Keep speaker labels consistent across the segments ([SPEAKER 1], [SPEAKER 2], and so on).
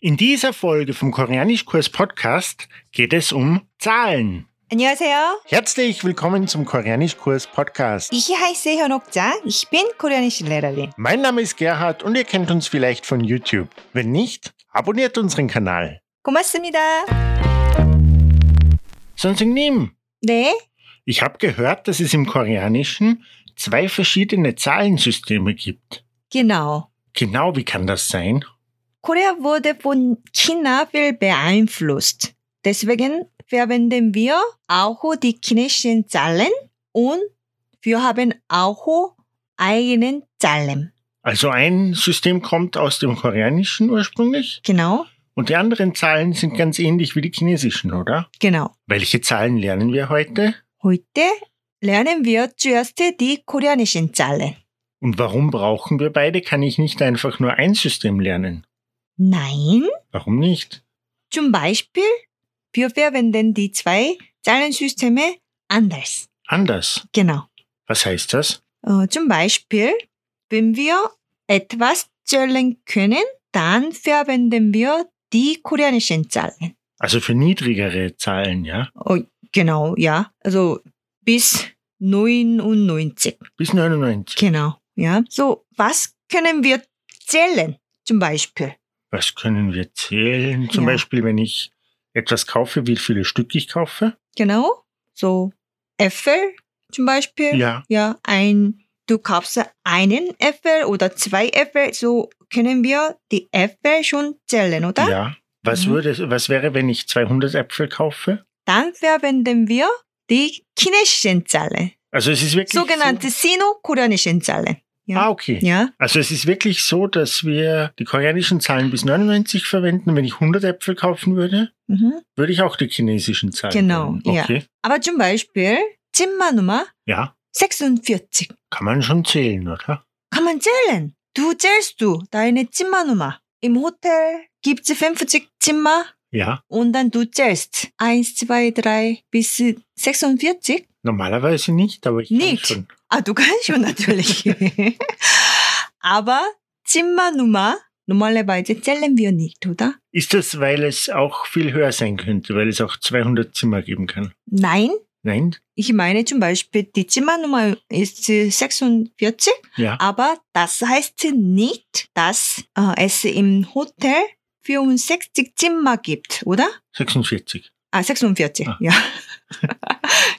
[SPEAKER 1] In dieser Folge vom Koreanischkurs Podcast geht es um Zahlen.
[SPEAKER 2] 안녕하세요.
[SPEAKER 1] Herzlich willkommen zum Koreanischkurs Podcast.
[SPEAKER 2] Ich heiße 현옥자. Ich bin koreanische Lehrerin.
[SPEAKER 1] Mein Name ist Gerhard und ihr kennt uns vielleicht von YouTube. Wenn nicht, abonniert unseren Kanal.
[SPEAKER 2] 고맙습니다.
[SPEAKER 1] 선생님,
[SPEAKER 2] 네.
[SPEAKER 1] ich habe gehört, dass es im Koreanischen zwei verschiedene Zahlensysteme gibt.
[SPEAKER 2] Genau.
[SPEAKER 1] Genau wie kann das sein?
[SPEAKER 2] Korea wurde von China viel beeinflusst. Deswegen verwenden wir auch die chinesischen Zahlen und wir haben auch eigenen Zahlen.
[SPEAKER 1] Also ein System kommt aus dem Koreanischen ursprünglich
[SPEAKER 2] Genau.
[SPEAKER 1] und die anderen Zahlen sind ganz ähnlich wie die chinesischen, oder?
[SPEAKER 2] Genau.
[SPEAKER 1] Welche Zahlen lernen wir heute?
[SPEAKER 2] Heute lernen wir zuerst die koreanischen Zahlen.
[SPEAKER 1] Und warum brauchen wir beide? Kann ich nicht einfach nur ein System lernen?
[SPEAKER 2] Nein.
[SPEAKER 1] Warum nicht?
[SPEAKER 2] Zum Beispiel, wir verwenden die zwei Zahlensysteme anders.
[SPEAKER 1] Anders.
[SPEAKER 2] Genau.
[SPEAKER 1] Was heißt das?
[SPEAKER 2] Äh, zum Beispiel, wenn wir etwas zählen können, dann verwenden wir die koreanischen Zahlen.
[SPEAKER 1] Also für niedrigere Zahlen, ja?
[SPEAKER 2] Oh, genau, ja. Also bis 99.
[SPEAKER 1] Bis 99.
[SPEAKER 2] Genau, ja. So, was können wir zählen? Zum Beispiel.
[SPEAKER 1] Was können wir zählen? Zum
[SPEAKER 2] Ja.
[SPEAKER 1] Beispiel, wenn ich etwas kaufe, wie viele Stück ich kaufe?
[SPEAKER 2] Genau. So, Äpfel zum Beispiel.
[SPEAKER 1] Ja.
[SPEAKER 2] ja, ein, du kaufst einen Äpfel oder zwei Äpfel, so können wir die Äpfel schon zählen, oder?
[SPEAKER 1] Ja. Was,
[SPEAKER 2] Mhm.
[SPEAKER 1] würde, was wäre, wenn ich 200 Äpfel kaufe?
[SPEAKER 2] Dann verwenden wir die chinesischen Zahlen,
[SPEAKER 1] Also es ist wirklich
[SPEAKER 2] sogenannte sino-koreanischen Zahlen.
[SPEAKER 1] So,
[SPEAKER 2] ja.
[SPEAKER 1] ah, okay.
[SPEAKER 2] Ja,
[SPEAKER 1] Also es ist wirklich so, dass wir die koreanischen Zahlen bis 99 verwenden. Wenn ich 100 Äpfel kaufen würde,
[SPEAKER 2] mhm.
[SPEAKER 1] würde ich auch die chinesischen Zahlen
[SPEAKER 2] Genau,
[SPEAKER 1] nehmen.
[SPEAKER 2] ja.
[SPEAKER 1] Okay.
[SPEAKER 2] aber zum Beispiel Zimmer-Nummer
[SPEAKER 1] Ja,
[SPEAKER 2] 46.
[SPEAKER 1] kann man schon zählen, oder?
[SPEAKER 2] Kann man zählen? Du zählst du deine Zimmernummer. Im Hotel gibt es 50 Zimmer
[SPEAKER 1] Ja,
[SPEAKER 2] und dann du zählst 1, 2, 3 bis 46.
[SPEAKER 1] normalerweise nicht, aber ich
[SPEAKER 2] Nicht.
[SPEAKER 1] kann schon.
[SPEAKER 2] 아, du kannst schon natürlich. Aber Zimmernummer, normalerweise zählen wir nicht, oder?
[SPEAKER 1] Ist das, weil es auch viel höher sein könnte, weil es auch 200 Zimmer geben kann?
[SPEAKER 2] Nein.
[SPEAKER 1] Nein?
[SPEAKER 2] Ich meine zum Beispiel, die Zimmernummer ist 46,
[SPEAKER 1] Ja.
[SPEAKER 2] aber das heißt nicht, dass äh, es im Hotel 64 Zimmer gibt, oder?
[SPEAKER 1] 46.
[SPEAKER 2] Ah, 46,
[SPEAKER 1] Ah.
[SPEAKER 2] ja.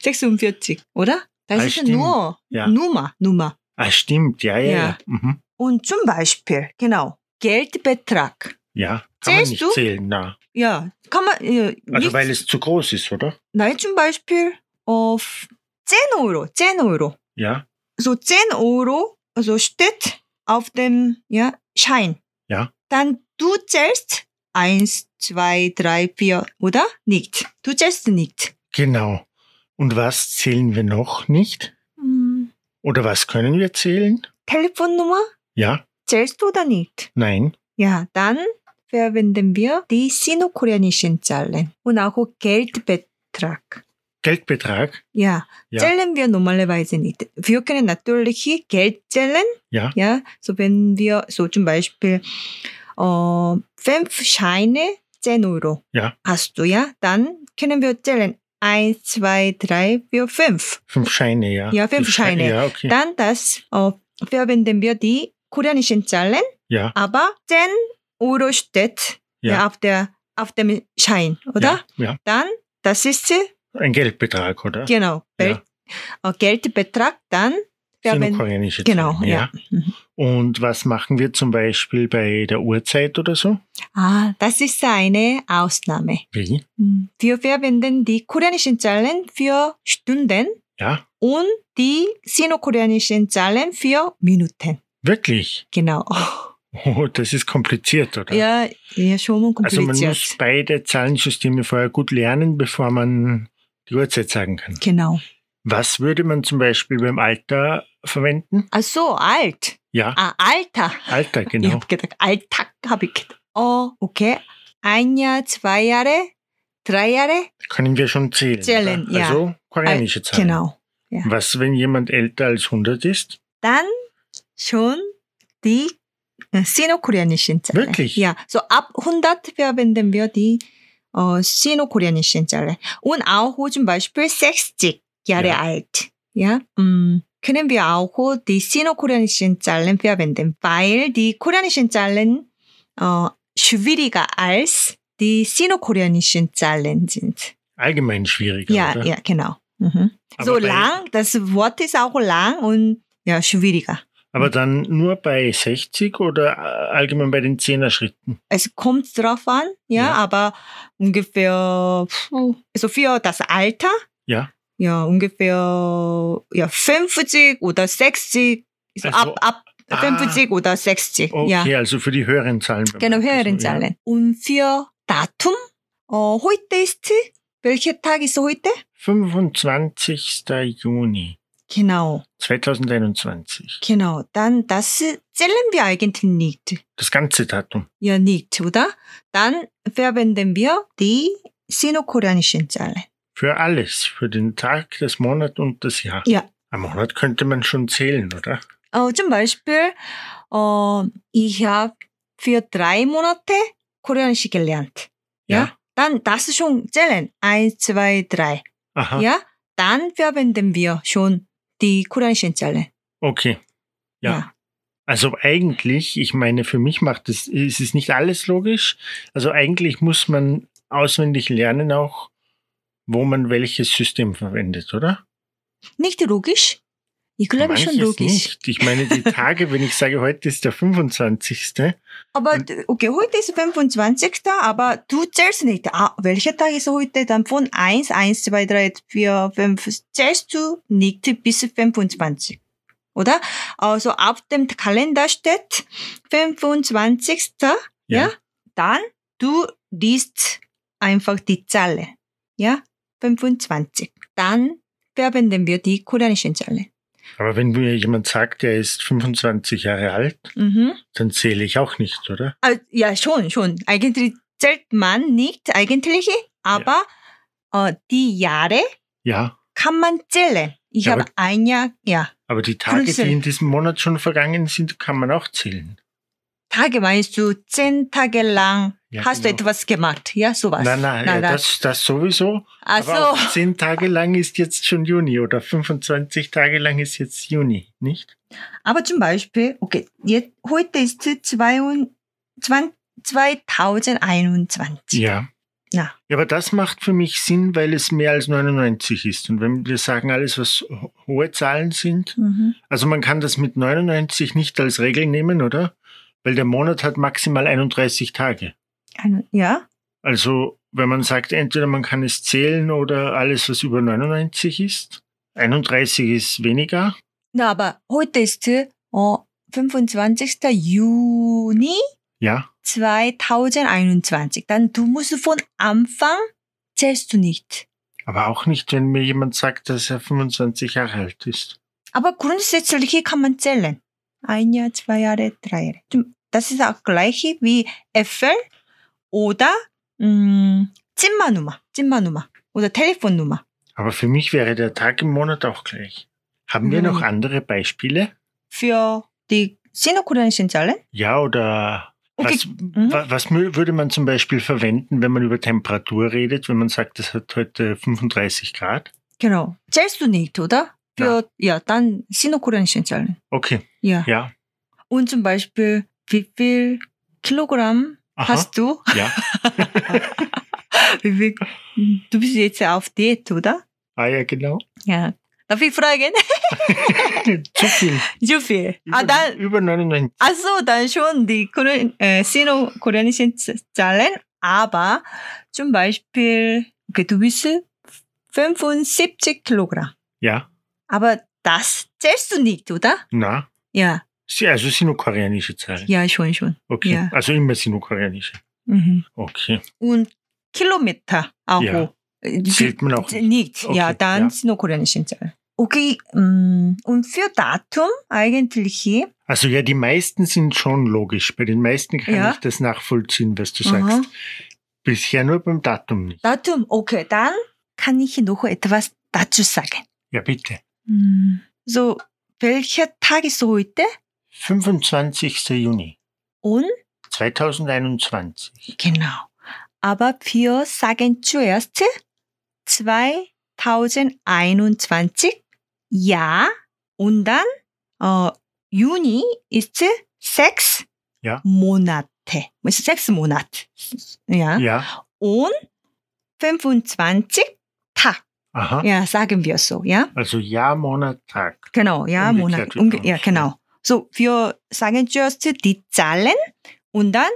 [SPEAKER 2] 46, oder? Das
[SPEAKER 1] Ah,
[SPEAKER 2] ist
[SPEAKER 1] stimmt.
[SPEAKER 2] nur
[SPEAKER 1] Ja.
[SPEAKER 2] Nummer, Nummer.
[SPEAKER 1] Ah, stimmt. Ja, ja, ja.
[SPEAKER 2] Hm. Ja.
[SPEAKER 1] Ja, mhm.
[SPEAKER 2] Und zum Beispiel, genau, Geldbetrag.
[SPEAKER 1] ja. kann man
[SPEAKER 2] Zählst
[SPEAKER 1] nicht
[SPEAKER 2] du?
[SPEAKER 1] zählen. Na.
[SPEAKER 2] Ja, kann man. Äh,
[SPEAKER 1] Also
[SPEAKER 2] nicht-
[SPEAKER 1] weil es zu groß ist, oder?
[SPEAKER 2] nein, zum Beispiel auf 10 Euro, 10 Euro.
[SPEAKER 1] Ja,
[SPEAKER 2] So 10 Euro, also steht auf dem ja, Schein.
[SPEAKER 1] Ja.
[SPEAKER 2] Dann du zählst 1, 2, 3, 4, oder? Nicht. Du zählst nicht.
[SPEAKER 1] genau. Und was zählen wir noch nicht?
[SPEAKER 2] Hm,
[SPEAKER 1] Oder was können wir zählen?
[SPEAKER 2] Telefonnummer
[SPEAKER 1] Ja,
[SPEAKER 2] zählst du oder nicht?
[SPEAKER 1] nein.
[SPEAKER 2] Ja, dann verwenden wir die sinokoreanischen Zahlen und auch Geldbetrag.
[SPEAKER 1] Geldbetrag?
[SPEAKER 2] Ja,
[SPEAKER 1] Ja.
[SPEAKER 2] zählen wir normalerweise nicht. Wir können natürlich Geld zählen.
[SPEAKER 1] Ja.
[SPEAKER 2] Ja, so wenn wir so zum Beispiel äh, fünf Scheine 10 Euro
[SPEAKER 1] Ja.
[SPEAKER 2] hast du, ja, dann können wir zählen. Eins, zwei, drei, vier, fünf.
[SPEAKER 1] Fünf Scheine, ja.
[SPEAKER 2] Ja, fünf
[SPEAKER 1] Die Schei-
[SPEAKER 2] Scheine.
[SPEAKER 1] Ja, okay.
[SPEAKER 2] Dann das äh, verwenden wir die koreanischen Zahlen,
[SPEAKER 1] ja,
[SPEAKER 2] aber 10 Euro steht
[SPEAKER 1] Ja.
[SPEAKER 2] ja. auf, der, auf dem Schein, oder?
[SPEAKER 1] Ja,
[SPEAKER 2] Dann, das ist äh,
[SPEAKER 1] ja. Ein Geldbetrag, oder?
[SPEAKER 2] Genau. Bel- äh, Geldbetrag dann. verwenden-
[SPEAKER 1] Sinokoreanische
[SPEAKER 2] Genau,
[SPEAKER 1] Zahlen,
[SPEAKER 2] ja. Mhm.
[SPEAKER 1] Und was machen wir zum Beispiel bei der Uhrzeit oder so?
[SPEAKER 2] Ah, das ist eine Ausnahme.
[SPEAKER 1] Wie?
[SPEAKER 2] Mhm. Wir verwenden die koreanischen Zahlen für Stunden
[SPEAKER 1] Ja,
[SPEAKER 2] und die sinokoreanischen Zahlen für Minuten.
[SPEAKER 1] wirklich.
[SPEAKER 2] Genau.
[SPEAKER 1] Oh, das ist kompliziert, oder?
[SPEAKER 2] Ja, ja schon
[SPEAKER 1] Also man muss
[SPEAKER 2] kompliziert.
[SPEAKER 1] beide Zahlensysteme vorher gut lernen, bevor man die Uhrzeit sagen kann.
[SPEAKER 2] genau.
[SPEAKER 1] Was würde man zum Beispiel beim Alter verwenden?
[SPEAKER 2] Ach Ah, so, alt.
[SPEAKER 1] Ja,
[SPEAKER 2] Ah, Alter.
[SPEAKER 1] Alter,
[SPEAKER 2] Ich
[SPEAKER 1] genau.
[SPEAKER 2] habe gedacht, Alltag habe ich gedacht. Oh, okay. Ein Jahr, zwei Jahre, drei Jahre.
[SPEAKER 1] Können wir schon zählen.
[SPEAKER 2] Zählen,
[SPEAKER 1] oder?
[SPEAKER 2] ja.
[SPEAKER 1] Also koreanische Zahlen.
[SPEAKER 2] Genau.
[SPEAKER 1] Was, wenn jemand älter als 100 ist?
[SPEAKER 2] dann schon die Sino-koreanischen Zahlen.
[SPEAKER 1] Wirklich?
[SPEAKER 2] Ja, so ab 100 verwenden wir die äh, Sino-koreanischen Zahlen. Und auch zum Beispiel 60 Jahre
[SPEAKER 1] Ja.
[SPEAKER 2] alt. Ja, 음, können wir auch die Sino-koreanischen Zahlen verwenden, weil die koreanischen Zahlen äh, schwieriger als die Sino-koreanischen Zahlen sind.
[SPEAKER 1] Allgemein schwieriger.
[SPEAKER 2] Ja,
[SPEAKER 1] oder?
[SPEAKER 2] ja, genau. Mhm.
[SPEAKER 1] Aber
[SPEAKER 2] So
[SPEAKER 1] bei-
[SPEAKER 2] lang, das Wort ist auch lang und ja, schwieriger.
[SPEAKER 1] Aber dann nur bei 60 oder äh, allgemein bei den 10er Schritten?
[SPEAKER 2] es kommt drauf an, ja,
[SPEAKER 1] Ja. Oh.
[SPEAKER 2] aber ungefähr, puh, also für das Alter,
[SPEAKER 1] Ja.
[SPEAKER 2] ja, ungefähr, ja, 50 oder 60, so
[SPEAKER 1] Also,
[SPEAKER 2] ab, ab
[SPEAKER 1] ah,
[SPEAKER 2] 50 oder 60, ja,
[SPEAKER 1] Okay, also für die höheren Zahlen. wenn man
[SPEAKER 2] genau, höheren
[SPEAKER 1] das so- Ja.
[SPEAKER 2] Zahlen. Und für Datum, 어, heute ist, welcher Tag ist heute?
[SPEAKER 1] 25. Juni
[SPEAKER 2] Genau,
[SPEAKER 1] 2021.
[SPEAKER 2] genau, dann das zählen wir eigentlich nicht,
[SPEAKER 1] Das ganze Datum.
[SPEAKER 2] ja, nicht, oder? Dann verwenden wir die sinokoreanischen Zahlen.
[SPEAKER 1] Für alles. Für den Tag, das Monat und das Jahr.
[SPEAKER 2] Ja.
[SPEAKER 1] Am Monat könnte man schon zählen, oder?
[SPEAKER 2] 어, zum Beispiel, 어, ich habe für drei Monate Koreanisch gelernt. Ja. Dann das schon zählen. Eins, zwei, drei.
[SPEAKER 1] Aha.
[SPEAKER 2] Ja. Dann verwenden wir schon die koreanischen Zahlen.
[SPEAKER 1] Okay. Ja. Also eigentlich, ich meine, für mich macht es, es ist nicht alles logisch. Also eigentlich muss man auswendig lernen auch, wo man welches System verwendet, oder?
[SPEAKER 2] Nicht logisch? Ich glaube
[SPEAKER 1] Manches
[SPEAKER 2] schon logisch.
[SPEAKER 1] Nicht. Ich meine, die Tage, wenn ich sage, heute ist der 25.
[SPEAKER 2] Aber d- okay, heute ist 25. Aber du zählst nicht. Ah, welcher Tag ist heute? Dann von 1, 1, 2, 3, 4, 5 zählst du nicht bis 25. Oder? Also auf dem Kalender steht 25. Ja.
[SPEAKER 1] Ja.
[SPEAKER 2] Dann du liest einfach die Zahl. Ja? 25. Dann verwenden wir die koreanischen Zahlen.
[SPEAKER 1] Aber wenn mir jemand sagt, er ist 25 Jahre alt,
[SPEAKER 2] Mhm.
[SPEAKER 1] dann zähle ich auch nicht, oder?
[SPEAKER 2] Ah, ja, schon, schon. Eigentlich zählt man nicht, eigentlich, aber äh, die Jahre
[SPEAKER 1] Ja.
[SPEAKER 2] kann man zählen. Ich
[SPEAKER 1] Ja,
[SPEAKER 2] habe
[SPEAKER 1] aber-
[SPEAKER 2] ein Jahr, ja.
[SPEAKER 1] Aber die Tage,
[SPEAKER 2] Grüße.
[SPEAKER 1] die in diesem Monat schon vergangen sind, kann man auch zählen.
[SPEAKER 2] Tage meinst du, zehn Tage lang
[SPEAKER 1] Ja,
[SPEAKER 2] hast
[SPEAKER 1] genau.
[SPEAKER 2] du etwas gemacht, ja, sowas.
[SPEAKER 1] Nein, nein, ja, Das, das sowieso. Aber
[SPEAKER 2] also,
[SPEAKER 1] auch zehn Tage lang ist jetzt schon Juni oder 25 Tage lang ist jetzt Juni, nicht?
[SPEAKER 2] aber zum Beispiel, okay, jetzt, heute ist 22, 2021.
[SPEAKER 1] Ja.
[SPEAKER 2] Ja.
[SPEAKER 1] Ja, aber das macht für mich Sinn, weil es mehr als 99 ist. Und wenn wir sagen, alles, was ho- hohe Zahlen sind,
[SPEAKER 2] Mhm.
[SPEAKER 1] also man kann das mit 99 nicht als Regel nehmen, oder? Weil der Monat hat maximal 31 Tage.
[SPEAKER 2] Ein- Ja,
[SPEAKER 1] Also, wenn man sagt, entweder man kann es zählen oder alles, was über 99 ist. 31 ist weniger.
[SPEAKER 2] na, aber heute ist äh, 25. Juni
[SPEAKER 1] Ja.
[SPEAKER 2] 2021. Dann du musst von Anfang zählst du nicht.
[SPEAKER 1] Aber auch nicht, wenn mir jemand sagt, dass er 25 Jahre alt ist.
[SPEAKER 2] Aber grundsätzlich kann man zählen. Ein Jahr, zwei Jahre, drei Jahre. Zum- Das ist auch gleich wie Äpfel oder 음, Zimmernummer, Zimmernummer oder Telefonnummer.
[SPEAKER 1] Aber für mich wäre der Tag im Monat auch gleich. Haben wir
[SPEAKER 2] Mhm.
[SPEAKER 1] noch andere Beispiele?
[SPEAKER 2] Für die sinokoreanischen Zahlen?
[SPEAKER 1] Ja, oder
[SPEAKER 2] Okay. Mhm.
[SPEAKER 1] was, wa- was mü- würde man zum Beispiel verwenden, wenn man über Temperatur redet, wenn man sagt, es hat heute 35 Grad?
[SPEAKER 2] Genau. Zählst du nicht, oder? Für, ja, dann sinokoreanischen Zahlen.
[SPEAKER 1] Okay,
[SPEAKER 2] Ja.
[SPEAKER 1] ja,
[SPEAKER 2] Und zum Beispiel, wie viel Kilogramm
[SPEAKER 1] Aha.
[SPEAKER 2] hast du?
[SPEAKER 1] ja.
[SPEAKER 2] Wie viel- Du bist jetzt auf Diät, oder?
[SPEAKER 1] Ah ja, genau.
[SPEAKER 2] Ja. Darf ich fragen?
[SPEAKER 1] Zu viel.
[SPEAKER 2] Wie viel? Ah,
[SPEAKER 1] Über-
[SPEAKER 2] dann,
[SPEAKER 1] über 99.
[SPEAKER 2] also dann schon die Korean, äh, sino-koreanischen Z- Zahlen, aber zum Beispiel, okay, du bist 75 Kilogramm.
[SPEAKER 1] Ja,
[SPEAKER 2] Aber das zählst du nicht, oder?
[SPEAKER 1] na.
[SPEAKER 2] Ja,
[SPEAKER 1] Sie- Also sinokoreanische Zahlen.
[SPEAKER 2] ja, schon, schon.
[SPEAKER 1] Okay.
[SPEAKER 2] ja.
[SPEAKER 1] Also immer sinokoreanische.
[SPEAKER 2] Mhm.
[SPEAKER 1] Okay.
[SPEAKER 2] Und Kilometer auch.
[SPEAKER 1] Ja.
[SPEAKER 2] Äh,
[SPEAKER 1] Zählt man auch
[SPEAKER 2] Z- nicht.
[SPEAKER 1] Okay,
[SPEAKER 2] Ja, dann
[SPEAKER 1] ja.
[SPEAKER 2] sinokoreanischen Zahl. Okay, ähm, und für Datum eigentlich hier.
[SPEAKER 1] Also ja, die meisten sind schon logisch. Bei den meisten kann
[SPEAKER 2] Ja.
[SPEAKER 1] ich das nachvollziehen, was du sagst.
[SPEAKER 2] Aha.
[SPEAKER 1] Bisher nur beim Datum nicht.
[SPEAKER 2] Datum, okay, dann kann ich noch etwas dazu sagen.
[SPEAKER 1] Ja, bitte.
[SPEAKER 2] So, welcher Tag ist heute?
[SPEAKER 1] 25. Juni.
[SPEAKER 2] und
[SPEAKER 1] 2021.
[SPEAKER 2] genau. Aber wir sagen zuerst 2021 ja und dann 어, Juni ist sechs
[SPEAKER 1] Ja.
[SPEAKER 2] Monate. Sechs Monate. Ja.
[SPEAKER 1] Ja,
[SPEAKER 2] Und 25 Tag.
[SPEAKER 1] aha.
[SPEAKER 2] Ja, sagen wir so. Ja.
[SPEAKER 1] Also Jahr, Monat, Tag.
[SPEAKER 2] Genau, ja,
[SPEAKER 1] Umgekehrt
[SPEAKER 2] Monat.
[SPEAKER 1] wird
[SPEAKER 2] Umge
[SPEAKER 1] bei
[SPEAKER 2] ja,
[SPEAKER 1] uns,
[SPEAKER 2] genau. So, wir sagen zuerst die Zahlen und dann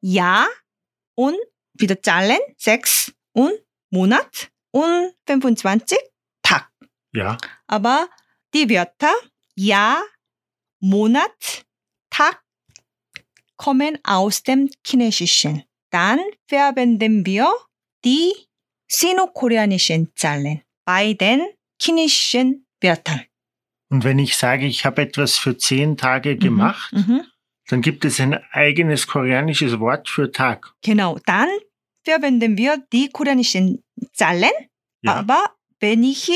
[SPEAKER 2] Jahr und wieder Zahlen, sechs und Monat und 25 Tag.
[SPEAKER 1] Ja,
[SPEAKER 2] Aber die Wörter Jahr, Monat, Tag kommen aus dem Chinesischen. Dann verwenden wir die sinokoreanischen Zahlen bei den chinesischen Wörtern.
[SPEAKER 1] und wenn ich sage, ich habe etwas für zehn Tage gemacht,
[SPEAKER 2] Mhm. Mhm.
[SPEAKER 1] dann gibt es ein eigenes koreanisches Wort für Tag.
[SPEAKER 2] Genau, dann verwenden wir die koreanischen Zahlen,
[SPEAKER 1] Ja.
[SPEAKER 2] aber wenn ich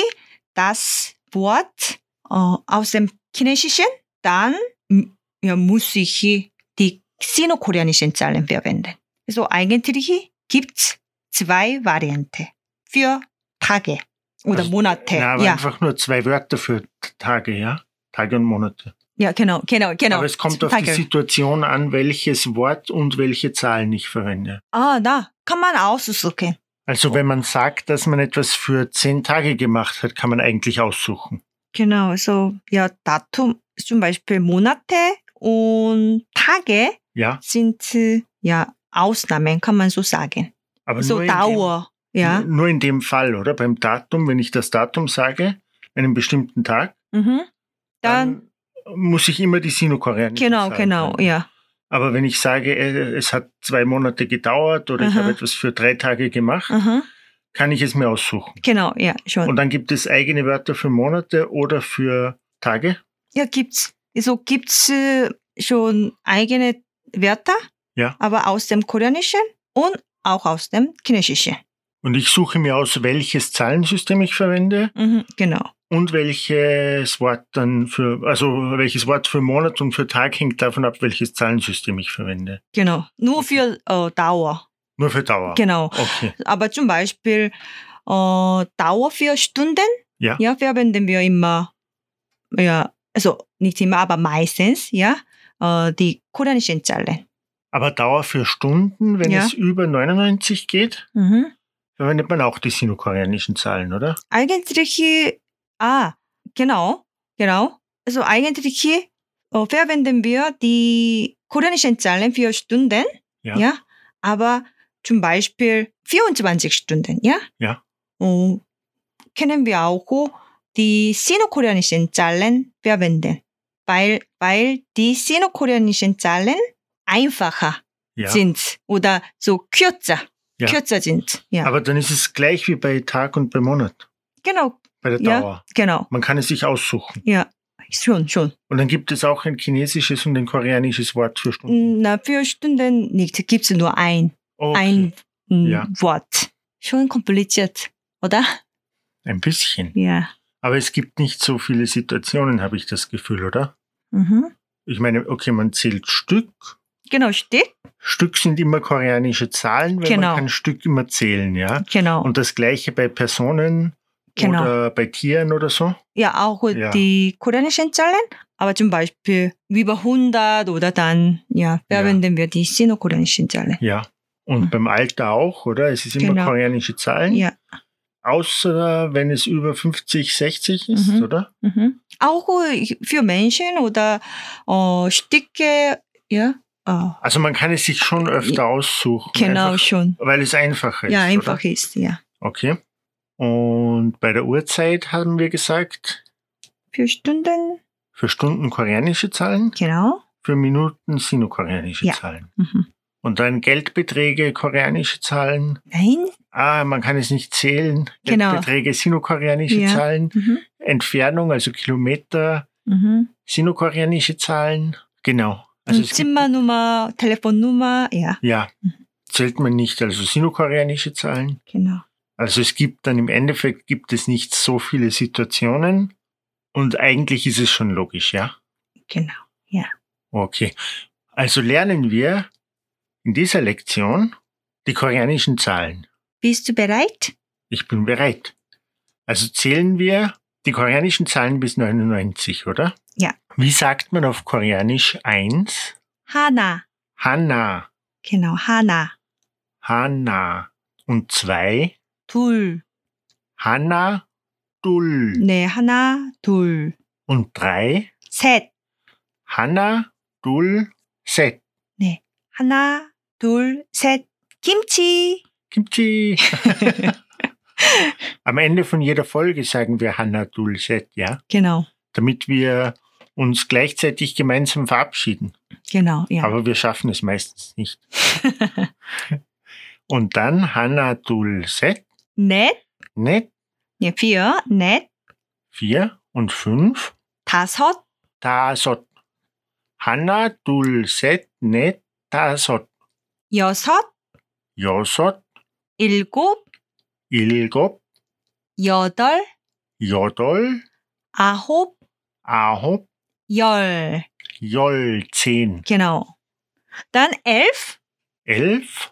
[SPEAKER 2] das Wort äh, aus dem Chinesischen, dann m- ja, muss ich die sinokoreanischen Zahlen verwenden. Also eigentlich gibt es zwei Varianten für Tage oder
[SPEAKER 1] Also,
[SPEAKER 2] Monate.
[SPEAKER 1] Ja, aber
[SPEAKER 2] ja.
[SPEAKER 1] einfach nur zwei Wörter für T- Tage, ja? Tage und Monate.
[SPEAKER 2] ja, genau, genau, genau.
[SPEAKER 1] aber es kommt auf die
[SPEAKER 2] Tage.
[SPEAKER 1] Situation an, welches Wort und welche Zahlen ich verwende.
[SPEAKER 2] Ah, da kann man aussuchen. Oh.
[SPEAKER 1] Also wenn man sagt, dass man etwas für zehn Tage gemacht hat, kann man eigentlich aussuchen.
[SPEAKER 2] Genau, so, ja, Datum, zum Beispiel Monate und Tage
[SPEAKER 1] Ja,
[SPEAKER 2] sind, äh, ja, Ausnahmen, kann man so sagen.
[SPEAKER 1] aber
[SPEAKER 2] so
[SPEAKER 1] nur in
[SPEAKER 2] Dauer,
[SPEAKER 1] Dem,
[SPEAKER 2] ja.
[SPEAKER 1] Nur in dem Fall, oder? Beim Datum, wenn ich das Datum sage, einen bestimmten Tag,
[SPEAKER 2] Mhm. Dann,
[SPEAKER 1] dann, muss ich immer die Sinokoreanische
[SPEAKER 2] genau,
[SPEAKER 1] Zahl
[SPEAKER 2] genau,
[SPEAKER 1] nehmen.
[SPEAKER 2] ja.
[SPEAKER 1] Aber wenn ich sage, äh, es hat zwei Monate gedauert oder ich
[SPEAKER 2] Aha.
[SPEAKER 1] habe etwas für drei Tage gemacht,
[SPEAKER 2] Aha.
[SPEAKER 1] kann ich es mir aussuchen.
[SPEAKER 2] Mhm. Genau, ja, schon.
[SPEAKER 1] Und dann gibt es eigene Wörter für Monate oder für Tage.
[SPEAKER 2] ja, gibt's, so gibt's äh, schon eigene Wörter,
[SPEAKER 1] Ja.
[SPEAKER 2] aber aus dem Koreanischen und auch aus dem Chinesischen.
[SPEAKER 1] Und ich suche mir aus, welches Zahlensystem ich verwende
[SPEAKER 2] Mhm. Genau,
[SPEAKER 1] und welches Wort dann für, also welches Wort für Monat und für Tag hängt davon ab, welches Zahlensystem ich verwende.
[SPEAKER 2] genau. Nur für äh, Dauer,
[SPEAKER 1] Nur für Dauer.
[SPEAKER 2] genau.
[SPEAKER 1] Okay.
[SPEAKER 2] Aber zum Beispiel äh, Dauer für Stunden,
[SPEAKER 1] Ja.
[SPEAKER 2] ja, verwenden wir immer, ja, also nicht immer, aber meistens, ja, äh, die koreanischen Zahlen.
[SPEAKER 1] Aber Dauer für Stunden, wenn
[SPEAKER 2] Ja.
[SPEAKER 1] es über 99 geht,
[SPEAKER 2] Mhm.
[SPEAKER 1] verwendet man auch die sinokoreanischen Zahlen, oder?
[SPEAKER 2] Eigentlich, äh, ah, genau, genau. Also eigentlich äh, verwenden wir die koreanischen Zahlen für Stunden,
[SPEAKER 1] Ja.
[SPEAKER 2] ja, aber zum Beispiel 24 Stunden, ja.
[SPEAKER 1] Ja.
[SPEAKER 2] 어, kennen wir auch die sinokoreanischen Zahlen verwenden, weil, weil die sinokoreanischen Zahlen einfacher
[SPEAKER 1] Ja.
[SPEAKER 2] sind oder so kürzer,
[SPEAKER 1] Ja.
[SPEAKER 2] kürzer sind. Ja.
[SPEAKER 1] Aber dann ist es gleich wie bei Tag und bei Monat,
[SPEAKER 2] genau,
[SPEAKER 1] bei der
[SPEAKER 2] Ja.
[SPEAKER 1] Dauer.
[SPEAKER 2] genau.
[SPEAKER 1] Man kann es sich aussuchen.
[SPEAKER 2] Ja, schon, schon.
[SPEAKER 1] Und dann gibt es auch ein chinesisches und ein koreanisches Wort für Stunden.
[SPEAKER 2] Na, für Stunden nicht, gibt es nur ein,
[SPEAKER 1] Mhm. Okay.
[SPEAKER 2] ein mm,
[SPEAKER 1] Ja.
[SPEAKER 2] Wort. Schon kompliziert, oder?
[SPEAKER 1] ein bisschen.
[SPEAKER 2] Ja.
[SPEAKER 1] Aber es gibt nicht so viele Situationen, habe ich das Gefühl, oder?
[SPEAKER 2] Mhm.
[SPEAKER 1] Ich meine, okay, man zählt Stück.
[SPEAKER 2] Genau, steht.
[SPEAKER 1] Stück sind immer koreanische Zahlen, weil
[SPEAKER 2] Genau.
[SPEAKER 1] man kann Stück immer zählen, ja.
[SPEAKER 2] Genau.
[SPEAKER 1] Und das gleiche bei Personen
[SPEAKER 2] Genau.
[SPEAKER 1] oder bei Tieren oder so.
[SPEAKER 2] ja auch halt
[SPEAKER 1] Ja.
[SPEAKER 2] die koreanischen Zahlen, aber zum Beispiel über 100 oder dann, ja, verwenden wir die sino-koreanischen Zahlen.
[SPEAKER 1] Ja. Und
[SPEAKER 2] Mhm.
[SPEAKER 1] beim Alter auch, oder? Es ist immer
[SPEAKER 2] Genau.
[SPEAKER 1] koreanische Zahlen.
[SPEAKER 2] Ja.
[SPEAKER 1] Außer wenn es über 50, 60 ist,
[SPEAKER 2] Mhm.
[SPEAKER 1] oder?
[SPEAKER 2] Mhm. Auch für Menschen oder äh, Stücke, ja, äh,
[SPEAKER 1] Also man kann es sich schon öfter aussuchen.
[SPEAKER 2] genau
[SPEAKER 1] Einfach,
[SPEAKER 2] schon.
[SPEAKER 1] weil es einfacher ist.
[SPEAKER 2] Ja, einfach
[SPEAKER 1] Oder?
[SPEAKER 2] ist, ja.
[SPEAKER 1] Okay. Und bei der Uhrzeit haben wir gesagt,
[SPEAKER 2] Für Stunden,
[SPEAKER 1] für Stunden koreanische Zahlen,
[SPEAKER 2] genau.
[SPEAKER 1] für Minuten sinokoreanische
[SPEAKER 2] Ja.
[SPEAKER 1] Zahlen.
[SPEAKER 2] Mhm.
[SPEAKER 1] Und dann Geldbeträge, koreanische Zahlen.
[SPEAKER 2] Nein,
[SPEAKER 1] Ah, man kann es nicht zählen.
[SPEAKER 2] Genau.
[SPEAKER 1] Geldbeträge, sinokoreanische
[SPEAKER 2] Ja.
[SPEAKER 1] Zahlen.
[SPEAKER 2] mhm.
[SPEAKER 1] Entfernung, also Kilometer,
[SPEAKER 2] Mhm.
[SPEAKER 1] sinokoreanische Zahlen. Genau. Also
[SPEAKER 2] Und
[SPEAKER 1] es gibt,
[SPEAKER 2] Zimmernummer, Telefonnummer, ja,
[SPEAKER 1] ja, zählt man nicht, also sinokoreanische Zahlen.
[SPEAKER 2] genau.
[SPEAKER 1] Also es gibt dann im Endeffekt gibt es nicht so viele Situationen und eigentlich ist es schon logisch, ja?
[SPEAKER 2] Genau.
[SPEAKER 1] Okay. Also lernen wir in dieser Lektion die koreanischen Zahlen.
[SPEAKER 2] Bist du bereit?
[SPEAKER 1] Ich bin bereit. Also zählen wir die koreanischen Zahlen bis 99, oder?
[SPEAKER 2] Ja.
[SPEAKER 1] Wie sagt man auf Koreanisch 1?
[SPEAKER 2] Hana.
[SPEAKER 1] Hanna,
[SPEAKER 2] Genau, Hana.
[SPEAKER 1] Hanna. Und 2?
[SPEAKER 2] 둘.
[SPEAKER 1] Hanna, Dul.
[SPEAKER 2] 네, 하나, 둘,
[SPEAKER 1] Und 3?
[SPEAKER 2] 셋.
[SPEAKER 1] Hanna, Dul, Set.
[SPEAKER 2] 네, 하나, 둘, 셋. 김치.
[SPEAKER 1] Kimchi. Am Ende von jeder Folge sagen wir Hanna, Dul, Set, ja?
[SPEAKER 2] Genau,
[SPEAKER 1] Damit wir uns gleichzeitig gemeinsam verabschieden.
[SPEAKER 2] genau, ja.
[SPEAKER 1] Aber wir schaffen es meistens nicht. Und dann Hanna, Dul, Set.
[SPEAKER 2] 넷.
[SPEAKER 1] Net
[SPEAKER 2] 예, vier, 넷.
[SPEAKER 1] 4 und 5.
[SPEAKER 2] 다섯.
[SPEAKER 1] 다섯. 하나, 둘, 셋, 넷, 다섯,
[SPEAKER 2] 여섯.
[SPEAKER 1] 여섯,
[SPEAKER 2] 일곱.
[SPEAKER 1] 일곱,
[SPEAKER 2] 여덟.
[SPEAKER 1] 여덟,
[SPEAKER 2] 아홉.
[SPEAKER 1] 아홉,
[SPEAKER 2] 열.
[SPEAKER 1] 열, zehn,
[SPEAKER 2] Genau. Dann elf.
[SPEAKER 1] elf,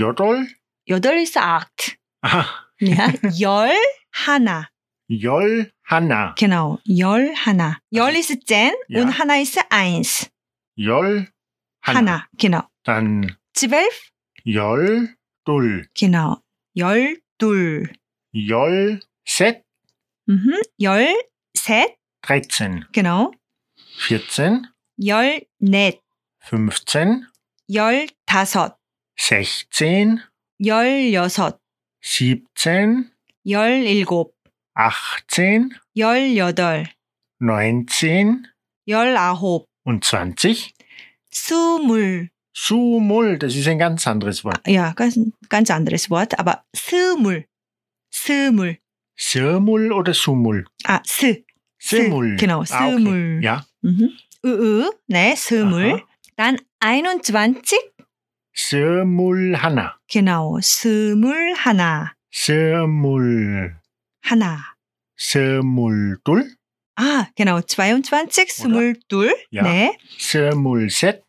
[SPEAKER 1] 여덟,
[SPEAKER 2] 여덟 ist acht.
[SPEAKER 1] 아,
[SPEAKER 2] Ja, 열 하나.
[SPEAKER 1] 열, 하나,
[SPEAKER 2] Genau, 열 하나. 열 ist zehn
[SPEAKER 1] Ja.
[SPEAKER 2] und 하나 ist eins.
[SPEAKER 1] 열, 하나.
[SPEAKER 2] 하나. Genau.
[SPEAKER 1] dann
[SPEAKER 2] zwölf.
[SPEAKER 1] 열, 둘,
[SPEAKER 2] Genau. 열 둘.
[SPEAKER 1] 열, 셋,
[SPEAKER 2] Mhm. 열 셋.
[SPEAKER 1] dreizehn,
[SPEAKER 2] Genau.
[SPEAKER 1] vierzehn,
[SPEAKER 2] 열 넷.
[SPEAKER 1] fünfzehn,
[SPEAKER 2] 열 다섯.
[SPEAKER 1] sechzehn,
[SPEAKER 2] 열 여섯.
[SPEAKER 1] siebzehn,
[SPEAKER 2] 열 일곱.
[SPEAKER 1] achtzehn,
[SPEAKER 2] 열 여덟.
[SPEAKER 1] neunzehn
[SPEAKER 2] 열 아홉.
[SPEAKER 1] und zwanzig.
[SPEAKER 2] 스물.
[SPEAKER 1] Schumul, das ist ein ganz anderes Wort.
[SPEAKER 2] Ja, ganz, ganz anderes Wort, aber 스물. 스물.
[SPEAKER 1] Sirmul oder Sumul?
[SPEAKER 2] 아, 스.
[SPEAKER 1] Sirmul.
[SPEAKER 2] genau,
[SPEAKER 1] Ah, okay.
[SPEAKER 2] Sirmul.
[SPEAKER 1] Ja.
[SPEAKER 2] Mhm. 으으, 네, 스물.
[SPEAKER 1] Aha.
[SPEAKER 2] 단 21,
[SPEAKER 1] Sirmul Hanna.
[SPEAKER 2] genau, 스물 하나,
[SPEAKER 1] Sirmul.
[SPEAKER 2] 하나.
[SPEAKER 1] Sirmul Dul.
[SPEAKER 2] 아, genau, 22, 스물둘,
[SPEAKER 1] 야.
[SPEAKER 2] 네,
[SPEAKER 1] Sirmul Set.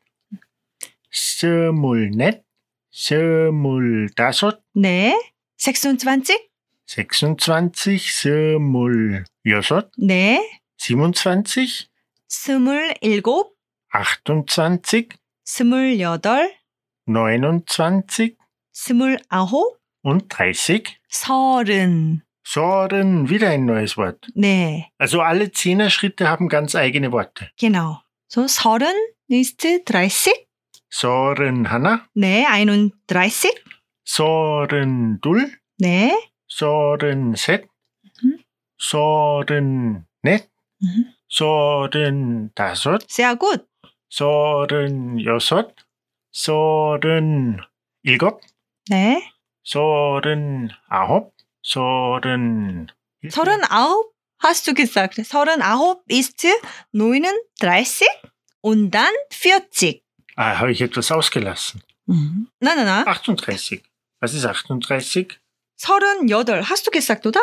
[SPEAKER 1] Sirmul Net. Sirmul Dasot.
[SPEAKER 2] 네, 26,
[SPEAKER 1] 26. Sirmul Yosot.
[SPEAKER 2] 네,
[SPEAKER 1] 27.
[SPEAKER 2] 스물일곱,
[SPEAKER 1] 28.
[SPEAKER 2] 스물여덟,
[SPEAKER 1] 29
[SPEAKER 2] 스물아홉,
[SPEAKER 1] und 30.
[SPEAKER 2] 서른,
[SPEAKER 1] Soren, wieder ein neues Wort.
[SPEAKER 2] 네,
[SPEAKER 1] Also alle Zehner-Schritte haben ganz eigene Worte.
[SPEAKER 2] genau. So, 서른 ist 30,
[SPEAKER 1] Soren Hanna,
[SPEAKER 2] 네, 31,
[SPEAKER 1] Soren Dul,
[SPEAKER 2] 네,
[SPEAKER 1] Soren Set,
[SPEAKER 2] Mhm.
[SPEAKER 1] Soren Net,
[SPEAKER 2] Mhm.
[SPEAKER 1] Soren Dasot,
[SPEAKER 2] sehr gut,
[SPEAKER 1] Soren Yosot, Soren Ilgop,
[SPEAKER 2] 네.
[SPEAKER 1] Soren Ahop, Soren.
[SPEAKER 2] 서른아홉 hast du gesagt. 서른아홉 ist 39 und dann 40.
[SPEAKER 1] Ah, habe ich etwas ausgelassen.
[SPEAKER 2] Mhm. Nein, nein,
[SPEAKER 1] 아.
[SPEAKER 2] nein.
[SPEAKER 1] 38. Was ist 38?
[SPEAKER 2] 38 hast du gesagt, oder?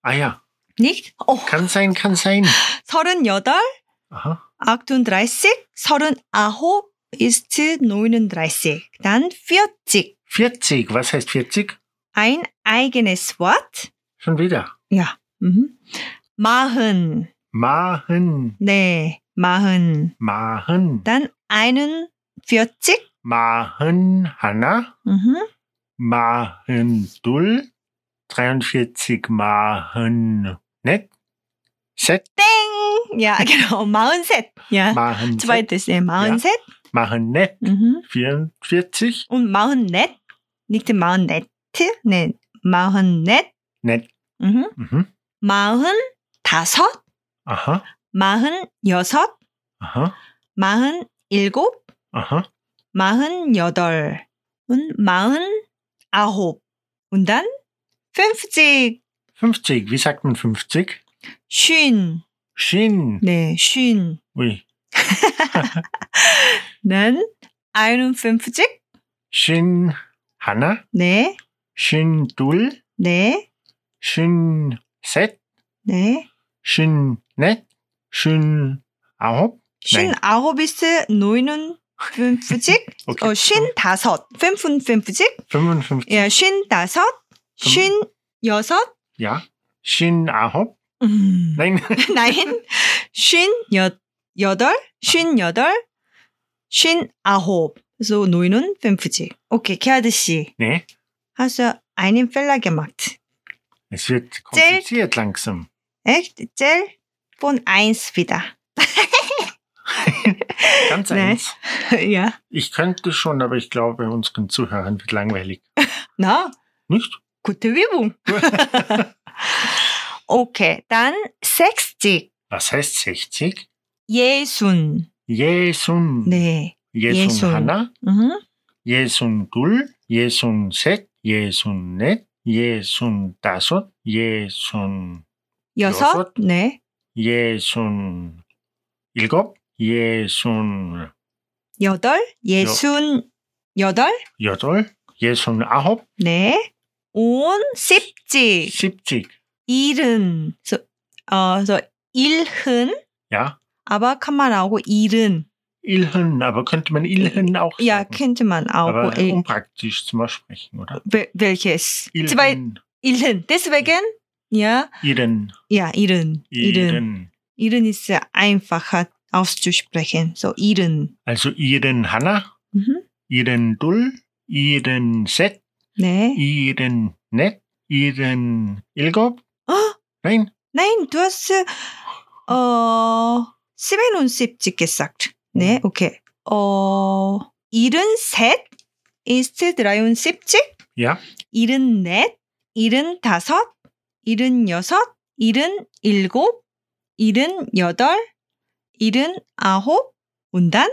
[SPEAKER 1] Ah ja,
[SPEAKER 2] Nicht? Oh,
[SPEAKER 1] kann sein, kann sein.
[SPEAKER 2] 38,
[SPEAKER 1] Aha.
[SPEAKER 2] 38, 39 ist 39. Dann 40.
[SPEAKER 1] 40. Was heißt 40?
[SPEAKER 2] Ein eigenes Wort.
[SPEAKER 1] Schon wieder.
[SPEAKER 2] Ja. Mhm. 마흔.
[SPEAKER 1] Machen,
[SPEAKER 2] 네, 마흔.
[SPEAKER 1] machen.
[SPEAKER 2] Dann 41.
[SPEAKER 1] Machen Hanna,
[SPEAKER 2] Mhm.
[SPEAKER 1] Machen Dull, 43 Machen Net, Set,
[SPEAKER 2] 땡! Ja, genau. 43. Ja.
[SPEAKER 1] Machen Set,
[SPEAKER 2] Zweites, ja, 43.
[SPEAKER 1] Machen Net,
[SPEAKER 2] Mhm.
[SPEAKER 1] 44
[SPEAKER 2] Und 44. Nicht 44. Nee, 44.
[SPEAKER 1] Net.
[SPEAKER 2] Mhm.
[SPEAKER 1] Mhm.
[SPEAKER 2] 45.
[SPEAKER 1] Aha,
[SPEAKER 2] 46.
[SPEAKER 1] aha,
[SPEAKER 2] 47.
[SPEAKER 1] aha.
[SPEAKER 2] 48. Und 49. Und dann 50.
[SPEAKER 1] 50, wie sagt man 50?
[SPEAKER 2] 쉰.
[SPEAKER 1] Shin,
[SPEAKER 2] 네, 쉰.
[SPEAKER 1] ui.
[SPEAKER 2] 난 51.
[SPEAKER 1] Shin Hanna,
[SPEAKER 2] 네,
[SPEAKER 1] Shin Dull,
[SPEAKER 2] 네,
[SPEAKER 1] Shin Set,
[SPEAKER 2] 네.
[SPEAKER 1] Shin Net, Shin Ahop,
[SPEAKER 2] 쉰
[SPEAKER 1] 네.
[SPEAKER 2] 아홉 이스 노인은 55,
[SPEAKER 1] Okay.
[SPEAKER 2] 어, 55, 55,
[SPEAKER 1] 55.
[SPEAKER 2] 예, 55, 56,
[SPEAKER 1] Ja. Shinahop?
[SPEAKER 2] 음,
[SPEAKER 1] Nein.
[SPEAKER 2] 나인, 58, 58, 59. So, neunund 50. Okay, Kerdi 씨.
[SPEAKER 1] Nee.
[SPEAKER 2] Hast du einen Fehler gemacht?
[SPEAKER 1] Es wird kompliziert langsam.
[SPEAKER 2] Echt? Zähl von 1 wieder.
[SPEAKER 1] Ganz
[SPEAKER 2] Nee.
[SPEAKER 1] eins.
[SPEAKER 2] ja.
[SPEAKER 1] Ich könnte schon, aber ich glaube, unseren Zuhörern wird langweilig.
[SPEAKER 2] Na,
[SPEAKER 1] Nicht?
[SPEAKER 2] gute Übung. okay, dann 60.
[SPEAKER 1] Was heißt 60?
[SPEAKER 2] 예순.
[SPEAKER 1] Jesun.
[SPEAKER 2] 네.
[SPEAKER 1] Jesun,
[SPEAKER 2] Jesun.
[SPEAKER 1] Hanna.
[SPEAKER 2] 음.
[SPEAKER 1] Jesun Gul. Jesun Set. Jesun Net. Jesun Dasot. Jesun.
[SPEAKER 2] 여섯.
[SPEAKER 1] 여섯?
[SPEAKER 2] 네.
[SPEAKER 1] Jesun Ilgop. Jesun
[SPEAKER 2] 여덟. 예순 여덟.
[SPEAKER 1] Jodol. Jesun Ahop.
[SPEAKER 2] 네. 온 십지.
[SPEAKER 1] 70.
[SPEAKER 2] 일은. So, 어, so 일흔.
[SPEAKER 1] Ja.
[SPEAKER 2] Aber kann man auch 일은.
[SPEAKER 1] Ilhen, aber könnte man Ilhen auch sagen?
[SPEAKER 2] Äh, Ja, genau, oh, könnte man auch.
[SPEAKER 1] aber
[SPEAKER 2] 일-
[SPEAKER 1] unpraktisch zum Aussprechen, oder?
[SPEAKER 2] wel- welches? Zwei,
[SPEAKER 1] Ilhen,
[SPEAKER 2] 일흔. Deswegen, ja,
[SPEAKER 1] Iren,
[SPEAKER 2] ja, 일흔. 일흔.
[SPEAKER 1] Iren.
[SPEAKER 2] 일은 ist ja einfacher auszusprechen. So, 일흔.
[SPEAKER 1] Also Iren Hanna,
[SPEAKER 2] Mhm.
[SPEAKER 1] Iren Dul, Iren Set,
[SPEAKER 2] 네.
[SPEAKER 1] Iren Net, Iren Ilgob.
[SPEAKER 2] 아!
[SPEAKER 1] Nein,
[SPEAKER 2] Nein, du hast äh, 77 gesagt. 네, Ne, okay. Äh, 73 ist 73,
[SPEAKER 1] ja,
[SPEAKER 2] 74, 75, 76, 77, 78, 79 und dann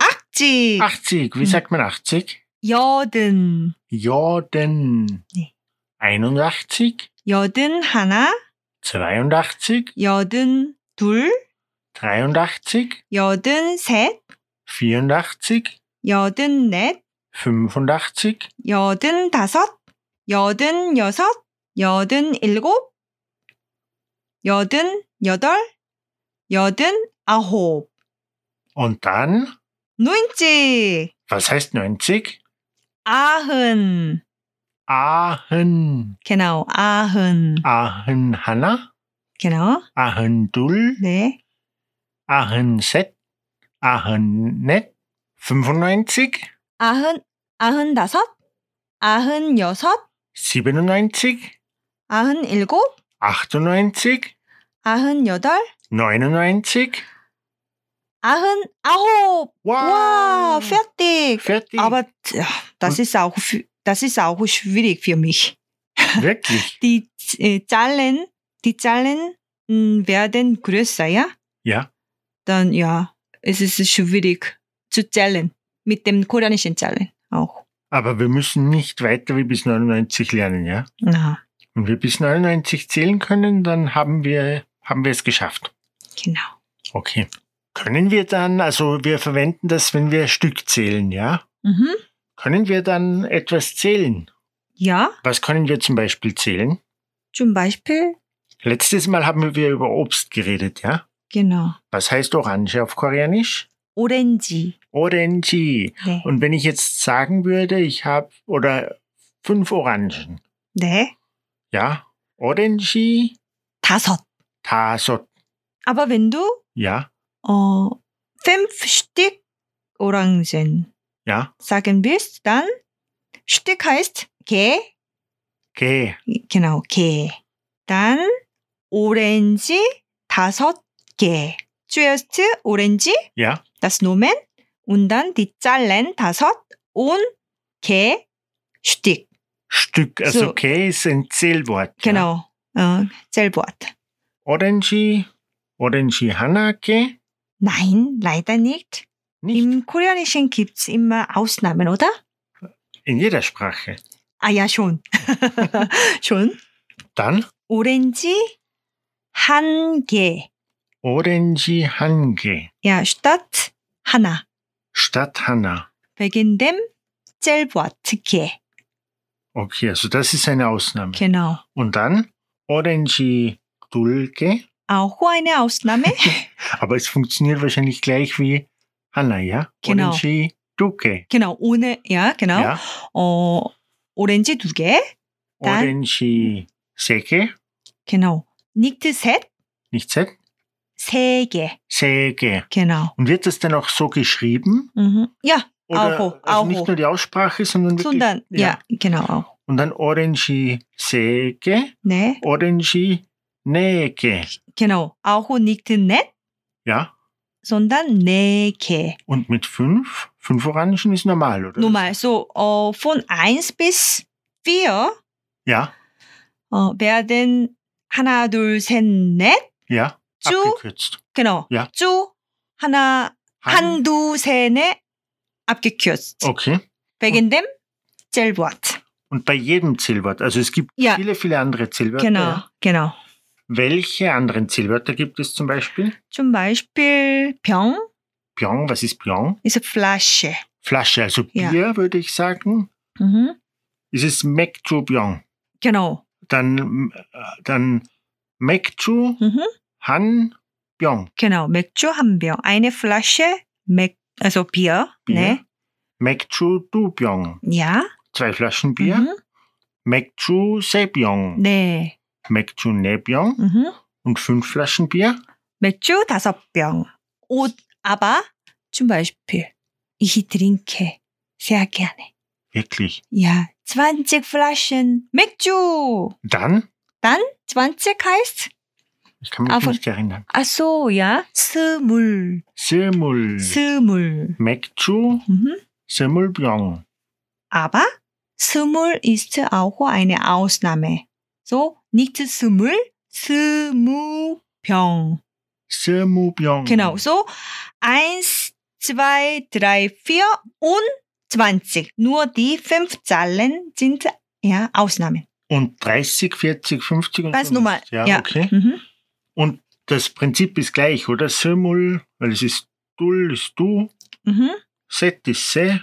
[SPEAKER 2] 80.
[SPEAKER 1] 80. Wie
[SPEAKER 2] Mhm.
[SPEAKER 1] sagt man 80?
[SPEAKER 2] 여든.
[SPEAKER 1] Jorden.
[SPEAKER 2] Nee.
[SPEAKER 1] 81,
[SPEAKER 2] 여든 하나,
[SPEAKER 1] 82,
[SPEAKER 2] 여든 둘,
[SPEAKER 1] 83,
[SPEAKER 2] 여든 셋,
[SPEAKER 1] 84,
[SPEAKER 2] 여든 넷,
[SPEAKER 1] 85,
[SPEAKER 2] 여든 다섯, 여든 여섯, 여든 일곱, 여든 여덟, 여든 아홉.
[SPEAKER 1] und dann
[SPEAKER 2] 누인지
[SPEAKER 1] Was heißt 90?
[SPEAKER 2] 아흔.
[SPEAKER 1] Ahen.
[SPEAKER 2] genau 아흔.
[SPEAKER 1] Ahen Hanna,
[SPEAKER 2] genau
[SPEAKER 1] Ahen Dul,
[SPEAKER 2] 네.
[SPEAKER 1] Ahen Set, Ahen Net. 95,
[SPEAKER 2] 아흔 아흔 다섯, 아흔 여섯,
[SPEAKER 1] 97,
[SPEAKER 2] 아흔 일곱,
[SPEAKER 1] 98,
[SPEAKER 2] 아흔 여덟,
[SPEAKER 1] 99.
[SPEAKER 2] 아흔 아홉. 와, fertig.
[SPEAKER 1] Fertig.
[SPEAKER 2] Aber ja, das ist auch fü- das ist auch schwierig für mich.
[SPEAKER 1] Wirklich?
[SPEAKER 2] die äh, Zahlen, die Zahlen mh, werden größer, ja?
[SPEAKER 1] Ja.
[SPEAKER 2] Dann ja, es ist schwierig zu zählen mit dem koreanischen Zahlen auch.
[SPEAKER 1] Aber wir müssen nicht weiter wie bis 99 lernen, ja?
[SPEAKER 2] Na,
[SPEAKER 1] Wenn wir bis 99 zählen können, dann haben wir, haben wir es geschafft.
[SPEAKER 2] genau.
[SPEAKER 1] Okay. Können wir dann, also wir verwenden das, wenn wir Stück zählen, ja?
[SPEAKER 2] Mhm.
[SPEAKER 1] Können wir dann etwas zählen?
[SPEAKER 2] Ja,
[SPEAKER 1] Was können wir zum Beispiel zählen?
[SPEAKER 2] zum Beispiel,
[SPEAKER 1] Letztes Mal haben wir über Obst geredet, ja?
[SPEAKER 2] genau.
[SPEAKER 1] Was heißt Orange auf Koreanisch?
[SPEAKER 2] Orange.
[SPEAKER 1] Orange.
[SPEAKER 2] 네.
[SPEAKER 1] Und wenn ich jetzt sagen würde, ich habe oder fünf Orangen,
[SPEAKER 2] 네.
[SPEAKER 1] ja? Orange,
[SPEAKER 2] 다섯.
[SPEAKER 1] Tasot,
[SPEAKER 2] Aber wenn du
[SPEAKER 1] ja,
[SPEAKER 2] äh, fünf Stück Orangen
[SPEAKER 1] ja,
[SPEAKER 2] sagen willst, dann Stück heißt 개,
[SPEAKER 1] okay,
[SPEAKER 2] genau, 개. 단, 오렌지 다섯 개. Zuerst 오렌지,
[SPEAKER 1] ja,
[SPEAKER 2] das Nomen, und dann die Zahlen 다섯 und 개, Stück.
[SPEAKER 1] Stück. Also
[SPEAKER 2] So.
[SPEAKER 1] okay ist ein Zählwort. ja?
[SPEAKER 2] Genau, 어, Zählwort.
[SPEAKER 1] Orange, Orange Hanake,
[SPEAKER 2] Nein, leider nicht.
[SPEAKER 1] nicht
[SPEAKER 2] Im Koreanischen gibt's immer Ausnahmen, oder?
[SPEAKER 1] in jeder Sprache.
[SPEAKER 2] Ah ja, schon. schon.
[SPEAKER 1] Dann
[SPEAKER 2] 오렌지 한 개.
[SPEAKER 1] Orange Hange
[SPEAKER 2] Ja, statt 하나.
[SPEAKER 1] statt Hanna.
[SPEAKER 2] wegen dem Zellwort 개.
[SPEAKER 1] Okay, also das ist eine Ausnahme.
[SPEAKER 2] Genau.
[SPEAKER 1] Und dann Orange Dulge,
[SPEAKER 2] 아, Auch eine Ausnahme.
[SPEAKER 1] aber es funktioniert wahrscheinlich gleich wie 하나야.
[SPEAKER 2] Genau.
[SPEAKER 1] 오렌지 두 개.
[SPEAKER 2] Genau, ohne, ja, genau.
[SPEAKER 1] Ja.
[SPEAKER 2] 어, 오렌지 두 개. 단-
[SPEAKER 1] 오렌지 세 개.
[SPEAKER 2] Genau. 니트 셋,
[SPEAKER 1] Nicht set.
[SPEAKER 2] 세 개.
[SPEAKER 1] 세 개.
[SPEAKER 2] Genau.
[SPEAKER 1] Und wird das dann auch so geschrieben?
[SPEAKER 2] Mhm. Ja,
[SPEAKER 1] Oder
[SPEAKER 2] Auho,
[SPEAKER 1] also
[SPEAKER 2] Auho.
[SPEAKER 1] nicht nur die Aussprache, sondern wirklich.
[SPEAKER 2] 순단.
[SPEAKER 1] ja.
[SPEAKER 2] 야, genau. auch.
[SPEAKER 1] Und dann Orange Säge,
[SPEAKER 2] 네,
[SPEAKER 1] Orange Näge.
[SPEAKER 2] genau. 아홉 니트 넷,
[SPEAKER 1] Ja.
[SPEAKER 2] 순단 네 개.
[SPEAKER 1] Und mit fünf, fünf Orangen ist normal, oder?
[SPEAKER 2] Nochmal, so, 어, von 1 bis 4,
[SPEAKER 1] Ja,
[SPEAKER 2] 어, werden 하나, 둘, 셋, 넷,
[SPEAKER 1] ja.
[SPEAKER 2] 쭉,
[SPEAKER 1] Abgekürzt.
[SPEAKER 2] genau.
[SPEAKER 1] 야.
[SPEAKER 2] 쭉, 하나, 한, 어, 두, 네, 셋, 넷, abgekürzt.
[SPEAKER 1] Okay.
[SPEAKER 2] Wegen dem Zellwort.
[SPEAKER 1] Und bei jedem Zählwort. Also es gibt
[SPEAKER 2] Ja,
[SPEAKER 1] viele, viele andere Zählwörter.
[SPEAKER 2] genau,
[SPEAKER 1] ja.
[SPEAKER 2] genau.
[SPEAKER 1] Welche anderen Zählwörter gibt es zum Beispiel?
[SPEAKER 2] Zum Beispiel, 병
[SPEAKER 1] Bion, was ist Bion?
[SPEAKER 2] ist Flasche.
[SPEAKER 1] Flasche, also
[SPEAKER 2] Ja.
[SPEAKER 1] Bier, würde ich sagen.
[SPEAKER 2] Mhm.
[SPEAKER 1] Es ist Mekju Bion.
[SPEAKER 2] Genau.
[SPEAKER 1] Dann, äh, dann Mekju
[SPEAKER 2] Mhm.
[SPEAKER 1] Han Bion.
[SPEAKER 2] Genau, 맥주 한 병. Eine Flasche 맥, also Bier.
[SPEAKER 1] Bier.
[SPEAKER 2] Ne?
[SPEAKER 1] Mekju Du Bion.
[SPEAKER 2] Ja.
[SPEAKER 1] Zwei Flaschen Bier.
[SPEAKER 2] Mhm.
[SPEAKER 1] Mekju Se Bion.
[SPEAKER 2] 네.
[SPEAKER 1] Mekju Ne Bion.
[SPEAKER 2] Mhm.
[SPEAKER 1] Und fünf Flaschen Bier.
[SPEAKER 2] 맥주 다섯 병. 옷, aber zum Beispiel, ich trinke sehr gerne.
[SPEAKER 1] Wirklich.
[SPEAKER 2] Ja, 20 Flaschen 맥주.
[SPEAKER 1] Dann,
[SPEAKER 2] 20 heißt?
[SPEAKER 1] ich kann mich
[SPEAKER 2] Aber-
[SPEAKER 1] nicht erinnern.
[SPEAKER 2] 아, so, ja. 스물.
[SPEAKER 1] Semul.
[SPEAKER 2] 스물.
[SPEAKER 1] Mekju
[SPEAKER 2] Mhm.
[SPEAKER 1] Semul Bion.
[SPEAKER 2] Aber 스물 ist auch eine Ausnahme. So, nicht 스물, 스무 병.
[SPEAKER 1] Semu Bion.
[SPEAKER 2] Genau, so eins, zwei, drei, vier und 20. Nur die fünf Zahlen sind ja, Ausnahmen.
[SPEAKER 1] 음, Und 30, 40, 50 und
[SPEAKER 2] Ganz
[SPEAKER 1] so
[SPEAKER 2] normal,
[SPEAKER 1] Ja,
[SPEAKER 2] ja.
[SPEAKER 1] okay.
[SPEAKER 2] Mhm.
[SPEAKER 1] Und das Prinzip ist gleich, oder? Semul, weil es ist Dul ist Du,
[SPEAKER 2] Mhm.
[SPEAKER 1] Set ist Se,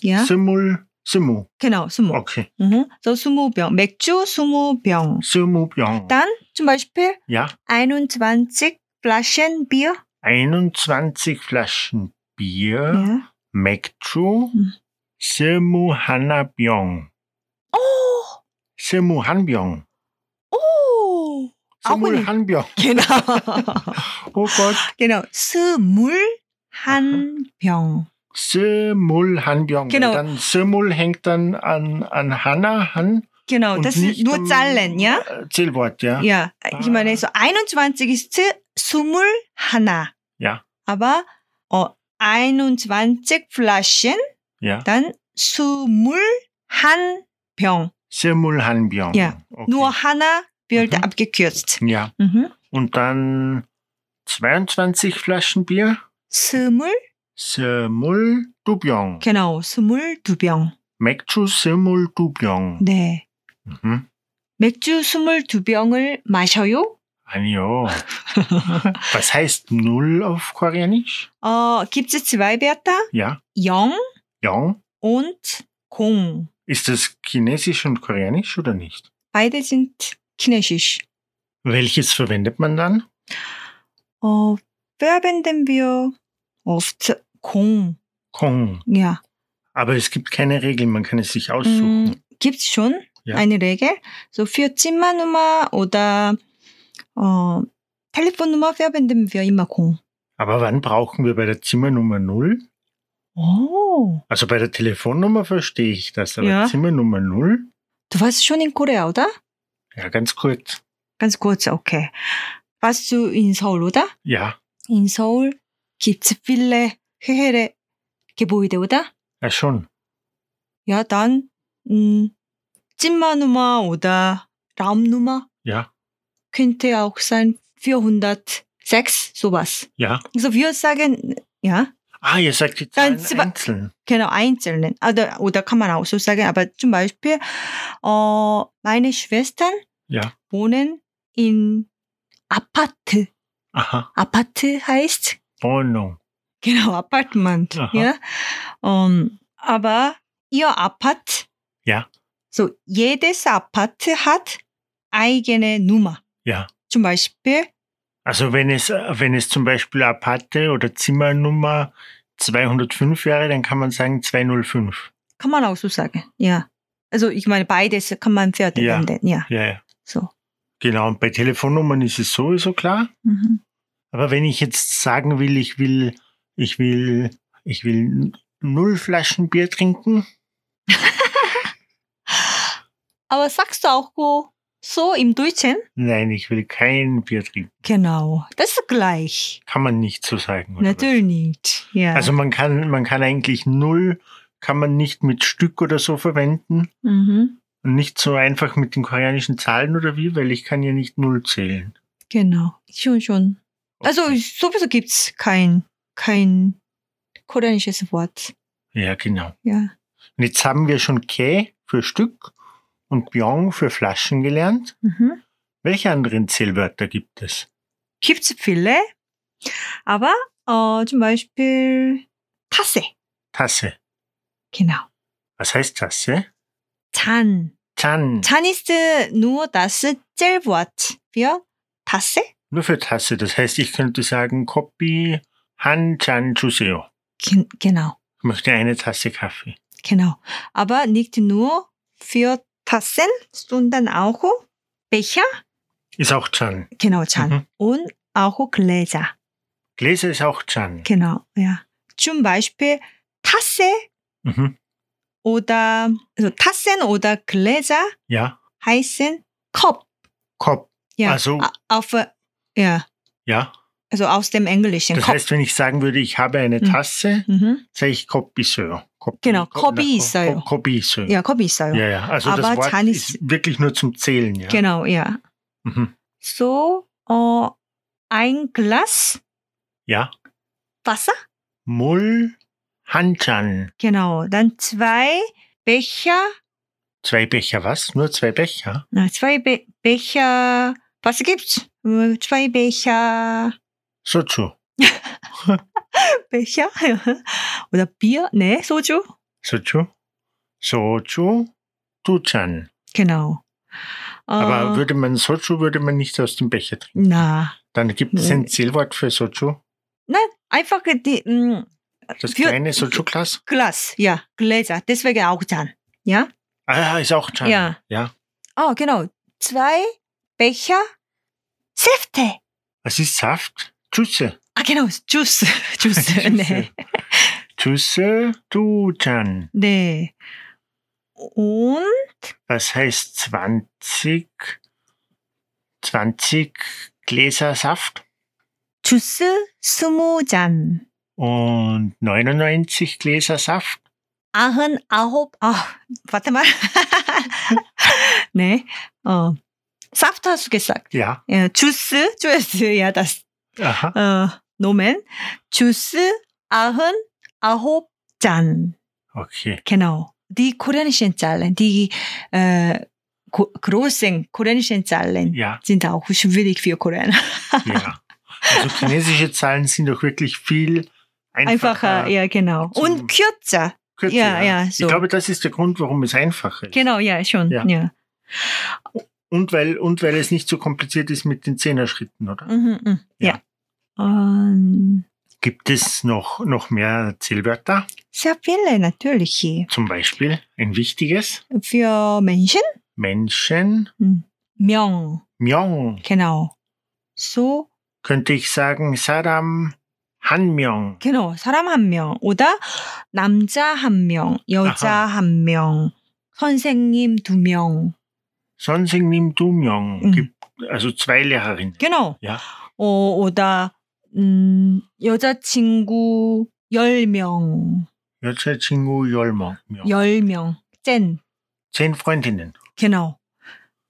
[SPEAKER 2] Ja,
[SPEAKER 1] Semul, Semu.
[SPEAKER 2] genau, 스무.
[SPEAKER 1] Okay.
[SPEAKER 2] Mhm. So 스무 병. 맥주 스무 병.
[SPEAKER 1] Semu Bion.
[SPEAKER 2] Dann zum Beispiel
[SPEAKER 1] Ja,
[SPEAKER 2] 21 Flaschen Bier.
[SPEAKER 1] 네. 21 Flaschen Bier,
[SPEAKER 2] Ja.
[SPEAKER 1] Mekju,
[SPEAKER 2] Mhm.
[SPEAKER 1] Semu Hana Bion.
[SPEAKER 2] Oh,
[SPEAKER 1] Semu Han Bion.
[SPEAKER 2] oh.
[SPEAKER 1] Semul
[SPEAKER 2] Ahun.
[SPEAKER 1] Han Bion.
[SPEAKER 2] Genau.
[SPEAKER 1] Oh Gott.
[SPEAKER 2] genau. 스물 한 병.
[SPEAKER 1] Semul Han Bion.
[SPEAKER 2] Genau.
[SPEAKER 1] Dann Semul hängt dann an, an Hana, Han.
[SPEAKER 2] Genau,
[SPEAKER 1] und
[SPEAKER 2] das sind
[SPEAKER 1] nicht
[SPEAKER 2] nur
[SPEAKER 1] am,
[SPEAKER 2] Zahlen, ja?
[SPEAKER 1] äh, Zählwort, ja.
[SPEAKER 2] Ja, ich
[SPEAKER 1] Ah.
[SPEAKER 2] meine, so 21 ist 21.
[SPEAKER 1] Ja.
[SPEAKER 2] Aber 어, 21 Flaschen,
[SPEAKER 1] ja.
[SPEAKER 2] dann 21병.
[SPEAKER 1] Semul Han Bion.
[SPEAKER 2] Ja.
[SPEAKER 1] Okay.
[SPEAKER 2] Nur Hanna wird
[SPEAKER 1] Mhm.
[SPEAKER 2] abgekürzt.
[SPEAKER 1] Ja.
[SPEAKER 2] Mhm.
[SPEAKER 1] Und dann 22 Flaschen Bier.
[SPEAKER 2] 스물,
[SPEAKER 1] Semul Dubion.
[SPEAKER 2] genau, 22병.
[SPEAKER 1] Mekju Semul Dubion.
[SPEAKER 2] 네.
[SPEAKER 1] Mhm.
[SPEAKER 2] 맥주 22병을 마셔요?
[SPEAKER 1] Anjo. Ah, Was heißt Null auf Koreanisch?
[SPEAKER 2] 어, gibt es zwei Wörter?
[SPEAKER 1] Ja.
[SPEAKER 2] 영
[SPEAKER 1] Yong.
[SPEAKER 2] und 공.
[SPEAKER 1] Ist das Chinesisch und Koreanisch oder nicht?
[SPEAKER 2] Beide sind chinesisch.
[SPEAKER 1] Welches verwendet man dann?
[SPEAKER 2] 어, verwenden wir oft Kong.
[SPEAKER 1] Kong.
[SPEAKER 2] Ja.
[SPEAKER 1] Aber es gibt keine Regel, man kann es sich aussuchen.
[SPEAKER 2] Mm, gibt's schon
[SPEAKER 1] Ja.
[SPEAKER 2] eine Regel? So für Zimmernummer oder 어, Telefonnummer verwenden wir immer Kong.
[SPEAKER 1] Aber wann brauchen wir bei der Zimmernummer Null?
[SPEAKER 2] Oh.
[SPEAKER 1] Also bei der Telefonnummer verstehe ich das, aber
[SPEAKER 2] Ja.
[SPEAKER 1] Zimmernummer Null?
[SPEAKER 2] Du warst schon in Korea, oder?
[SPEAKER 1] Ja, ganz kurz.
[SPEAKER 2] Ganz kurz, okay. Warst du in Seoul, oder?
[SPEAKER 1] Ja.
[SPEAKER 2] In Seoul gibt's viele höhere Gebäude, oder?
[SPEAKER 1] Ja, schon.
[SPEAKER 2] Ja, dann 음, Zimmernummer oder Raumnummer.
[SPEAKER 1] Ja,
[SPEAKER 2] könnte auch sein 406, sowas.
[SPEAKER 1] ja.
[SPEAKER 2] Also wir sagen, ja,
[SPEAKER 1] Ah, ihr sagt die
[SPEAKER 2] Dann
[SPEAKER 1] Zahlen
[SPEAKER 2] zwei-
[SPEAKER 1] einzeln.
[SPEAKER 2] genau, einzelnen. Oder, oder kann man auch so sagen, aber zum Beispiel, äh, meine Schwestern
[SPEAKER 1] Ja.
[SPEAKER 2] wohnen in Aparte.
[SPEAKER 1] Aha.
[SPEAKER 2] Aparte heißt,
[SPEAKER 1] Wohnung.
[SPEAKER 2] genau, Apartment.
[SPEAKER 1] Aha.
[SPEAKER 2] Ja. Ähm, aber ihr Apart,
[SPEAKER 1] Ja.
[SPEAKER 2] so jedes Apart hat eigene Nummer.
[SPEAKER 1] Ja.
[SPEAKER 2] Zum Beispiel
[SPEAKER 1] Also wenn es, wenn es zum Beispiel Aparte oder Zimmernummer 205 wäre, dann kann man sagen 205.
[SPEAKER 2] Kann man auch so sagen, ja. Also ich meine, beides kann man verwenden, ja.
[SPEAKER 1] Ja, ja.
[SPEAKER 2] So.
[SPEAKER 1] Genau, und bei Telefonnummern ist es sowieso klar.
[SPEAKER 2] Mhm.
[SPEAKER 1] Aber wenn ich jetzt sagen will, ich will, ich will, ich will null Flaschen Bier trinken,
[SPEAKER 2] Aber sagst du auch so- so im Deutschen?
[SPEAKER 1] nein, ich will kein Bier trinken.
[SPEAKER 2] Genau, das ist gleich.
[SPEAKER 1] Kann man nicht so sagen. oder was?
[SPEAKER 2] Natürlich nicht. Ja.
[SPEAKER 1] Also man kann, man kann eigentlich null, kann man nicht mit Stück oder so verwenden.
[SPEAKER 2] mhm.
[SPEAKER 1] Und nicht so einfach mit den koreanischen Zahlen oder wie, weil ich kann ja nicht null zählen.
[SPEAKER 2] Genau, schon, schon. Also sowieso gibt's kein, kein koreanisches Wort.
[SPEAKER 1] Ja, genau.
[SPEAKER 2] Ja.
[SPEAKER 1] Und jetzt haben wir schon Ke für Stück und Byong für Flaschen gelernt.
[SPEAKER 2] Mhm.
[SPEAKER 1] Welche anderen Zählwörter gibt es?
[SPEAKER 2] Gibt's viele, aber äh, zum Beispiel Tasse.
[SPEAKER 1] Tasse.
[SPEAKER 2] Genau.
[SPEAKER 1] Was heißt Tasse?
[SPEAKER 2] Tan.
[SPEAKER 1] Tan.
[SPEAKER 2] Tan ist äh, nur das Zellwort für Tasse.
[SPEAKER 1] Nur für Tasse. Das heißt, ich könnte sagen, Kopi Han Chan Chuseo.
[SPEAKER 2] Gen- genau.
[SPEAKER 1] Ich möchte eine Tasse Kaffee.
[SPEAKER 2] Genau. Aber nicht nur für Tassen, sondern auch Becher,
[SPEAKER 1] Ist auch Chan.
[SPEAKER 2] genau, Chan.
[SPEAKER 1] Mhm.
[SPEAKER 2] Und auch Gläser.
[SPEAKER 1] Gläser ist auch Chan.
[SPEAKER 2] Genau, ja. Zum Beispiel Tasse
[SPEAKER 1] Mhm.
[SPEAKER 2] oder, also Tassen oder Gläser
[SPEAKER 1] Ja.
[SPEAKER 2] heißen Kopf.
[SPEAKER 1] Kop.
[SPEAKER 2] Ja.
[SPEAKER 1] Also-
[SPEAKER 2] a- Auf, ja.
[SPEAKER 1] Ja.
[SPEAKER 2] Also aus dem Englischen.
[SPEAKER 1] Das
[SPEAKER 2] Kopf.
[SPEAKER 1] heißt, wenn ich sagen würde, ich habe eine
[SPEAKER 2] Mhm.
[SPEAKER 1] Tasse,
[SPEAKER 2] mhm.
[SPEAKER 1] sage ich Kopi Seo. Kopi-
[SPEAKER 2] Genau,
[SPEAKER 1] Ko-
[SPEAKER 2] Kopi
[SPEAKER 1] na, Ko-
[SPEAKER 2] 있어요.
[SPEAKER 1] Ko- Kopi Seo.
[SPEAKER 2] Ja, Kopf ist ja.
[SPEAKER 1] Ja, ja. Also
[SPEAKER 2] Aber
[SPEAKER 1] das Wort
[SPEAKER 2] Chan ist-
[SPEAKER 1] ist, wirklich nur zum Zählen, ja.
[SPEAKER 2] Genau, ja.
[SPEAKER 1] Mhm.
[SPEAKER 2] So, äh, ein Glas
[SPEAKER 1] Ja.
[SPEAKER 2] Wasser.
[SPEAKER 1] Mul Hanchan.
[SPEAKER 2] Genau, dann zwei Becher
[SPEAKER 1] Zwei Becher, was? Nur zwei Becher?
[SPEAKER 2] Na, zwei Be Becher. Was gibt's? Äh, Zwei Becher.
[SPEAKER 1] Soju.
[SPEAKER 2] Becher? Oder Bier? Ne, Soju?
[SPEAKER 1] Soju. Soju. Duchan.
[SPEAKER 2] Genau.
[SPEAKER 1] Aber
[SPEAKER 2] Äh,
[SPEAKER 1] würde man Soju, würde man nicht aus dem Becher trinken.
[SPEAKER 2] na,
[SPEAKER 1] Dann gibt es
[SPEAKER 2] Nee.
[SPEAKER 1] ein Zählwort für Soju.
[SPEAKER 2] einfach die mm,
[SPEAKER 1] Das
[SPEAKER 2] Für-
[SPEAKER 1] kleine Soju-Glas.
[SPEAKER 2] Glas, ja, Gläser. Deswegen auch dann. Ja?
[SPEAKER 1] Ah, ist auch Chan.
[SPEAKER 2] Ja.
[SPEAKER 1] ja.
[SPEAKER 2] Oh, genau. Zwei Becher Säfte.
[SPEAKER 1] Was ist Saft? Juice.
[SPEAKER 2] Ah, genau, Juice. Juice. ne. nee.
[SPEAKER 1] Juice. Duchan.
[SPEAKER 2] nee. Und
[SPEAKER 1] Das heißt 20, 20 Gläser Saft
[SPEAKER 2] Juice 스무 잔.
[SPEAKER 1] und 99 Gläser Saft.
[SPEAKER 2] 아흔 아홉 아 warte mal 네어 사프트 수겠어
[SPEAKER 1] Ja.
[SPEAKER 2] 예 주스 주스 야다
[SPEAKER 1] Aha.
[SPEAKER 2] 어 노맨 주스 아흔 아홉 잔
[SPEAKER 1] Okay.
[SPEAKER 2] genau die koreanischen Zahlen die äh, gro- großen koreanischen Zahlen
[SPEAKER 1] Ja,
[SPEAKER 2] sind auch schwierig für Koreaner
[SPEAKER 1] ja. Also chinesische Zahlen sind doch wirklich viel einfacher.
[SPEAKER 2] einfacher ja genau
[SPEAKER 1] zum-
[SPEAKER 2] und kürzer
[SPEAKER 1] kürzer,
[SPEAKER 2] ja, ja, so.
[SPEAKER 1] Ich glaube, das ist der Grund, warum es einfacher ist.
[SPEAKER 2] genau ja schon
[SPEAKER 1] Ja.
[SPEAKER 2] ja, ja.
[SPEAKER 1] Und weil, und weil es nicht so kompliziert ist mit den Zehnerschritten, oder?
[SPEAKER 2] Mhm, mhm.
[SPEAKER 1] Ja.
[SPEAKER 2] ja. Und
[SPEAKER 1] Gibt es noch, noch mehr Zählwörter?
[SPEAKER 2] Sehr viele natürlich.
[SPEAKER 1] Zum Beispiel ein wichtiges.
[SPEAKER 2] Für Menschen?
[SPEAKER 1] Menschen.
[SPEAKER 2] 음, Myung,
[SPEAKER 1] Myong.
[SPEAKER 2] genau. So,
[SPEAKER 1] Könnte ich sagen, Saram Hanmyong.
[SPEAKER 2] genau. 사람 한 명. oder 남자 한 명, 여자 한 명, 선생님 두 명.
[SPEAKER 1] Sonsing Nim Dumyong.
[SPEAKER 2] Mhm.
[SPEAKER 1] Gibt also zwei Lehrerinnen.
[SPEAKER 2] Genau.
[SPEAKER 1] Ja.
[SPEAKER 2] 어, oder, 음, 여자친구 열 명,
[SPEAKER 1] Yoche Chingu Yolmong. Myong.
[SPEAKER 2] 열 명. 짠.
[SPEAKER 1] Zehn Freundinnen.
[SPEAKER 2] genau.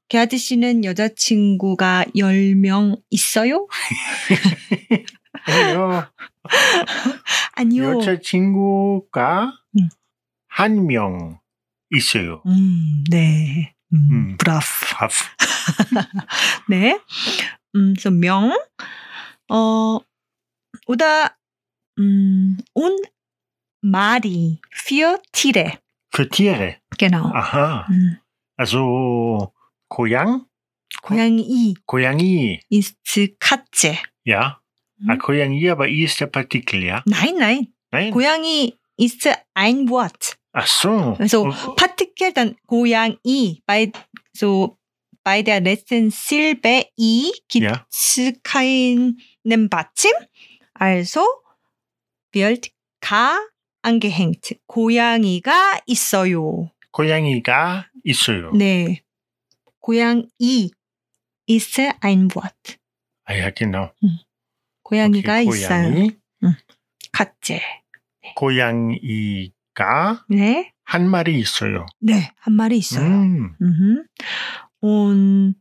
[SPEAKER 2] 개아드 씨는 여자친구가 열 명 있어요?
[SPEAKER 1] Oh, Ja.
[SPEAKER 2] 아니요.
[SPEAKER 1] Yoche Chingu Ga
[SPEAKER 2] Mhm.
[SPEAKER 1] Hanmyong. Iseo.
[SPEAKER 2] 음, 네.
[SPEAKER 1] 음.
[SPEAKER 2] 음, 브라프.
[SPEAKER 1] Haft.
[SPEAKER 2] 네. 음, 그래서 명, 어, 오다, 음, 온 말이, für Tiere.
[SPEAKER 1] Für Tiere.
[SPEAKER 2] Genau.
[SPEAKER 1] 아. Aha.
[SPEAKER 2] 음,
[SPEAKER 1] Also Koyang.
[SPEAKER 2] 고양이
[SPEAKER 1] Koyangi.
[SPEAKER 2] ist Katze.
[SPEAKER 1] Ja.
[SPEAKER 2] Mhm.
[SPEAKER 1] 아,
[SPEAKER 2] 음,
[SPEAKER 1] Ah, Koyangi, aber I ist der Partikel, ja.
[SPEAKER 2] Nein, nein,
[SPEAKER 1] Nein.
[SPEAKER 2] 고양이 ist ein Wort.
[SPEAKER 1] Ach so.
[SPEAKER 2] Also
[SPEAKER 1] Oh,
[SPEAKER 2] partikel dann 고양이 bei so bei der letzten Silbe i
[SPEAKER 1] Ja.
[SPEAKER 2] gibt's keinen 받침. Also wird ka angehängt. 고양이가 있어요.
[SPEAKER 1] 고양이가 있어요.
[SPEAKER 2] 네. 고양이 ist ein Wort.
[SPEAKER 1] 아, ja, genau. Okay,
[SPEAKER 2] 고양이가 있어요. 네.
[SPEAKER 1] 고양이,
[SPEAKER 2] 같제.
[SPEAKER 1] 고양이가
[SPEAKER 2] 네.
[SPEAKER 1] 한 마리 있어요.
[SPEAKER 2] 네. 한 마리 있어요.
[SPEAKER 1] 음,
[SPEAKER 2] Mhm. Und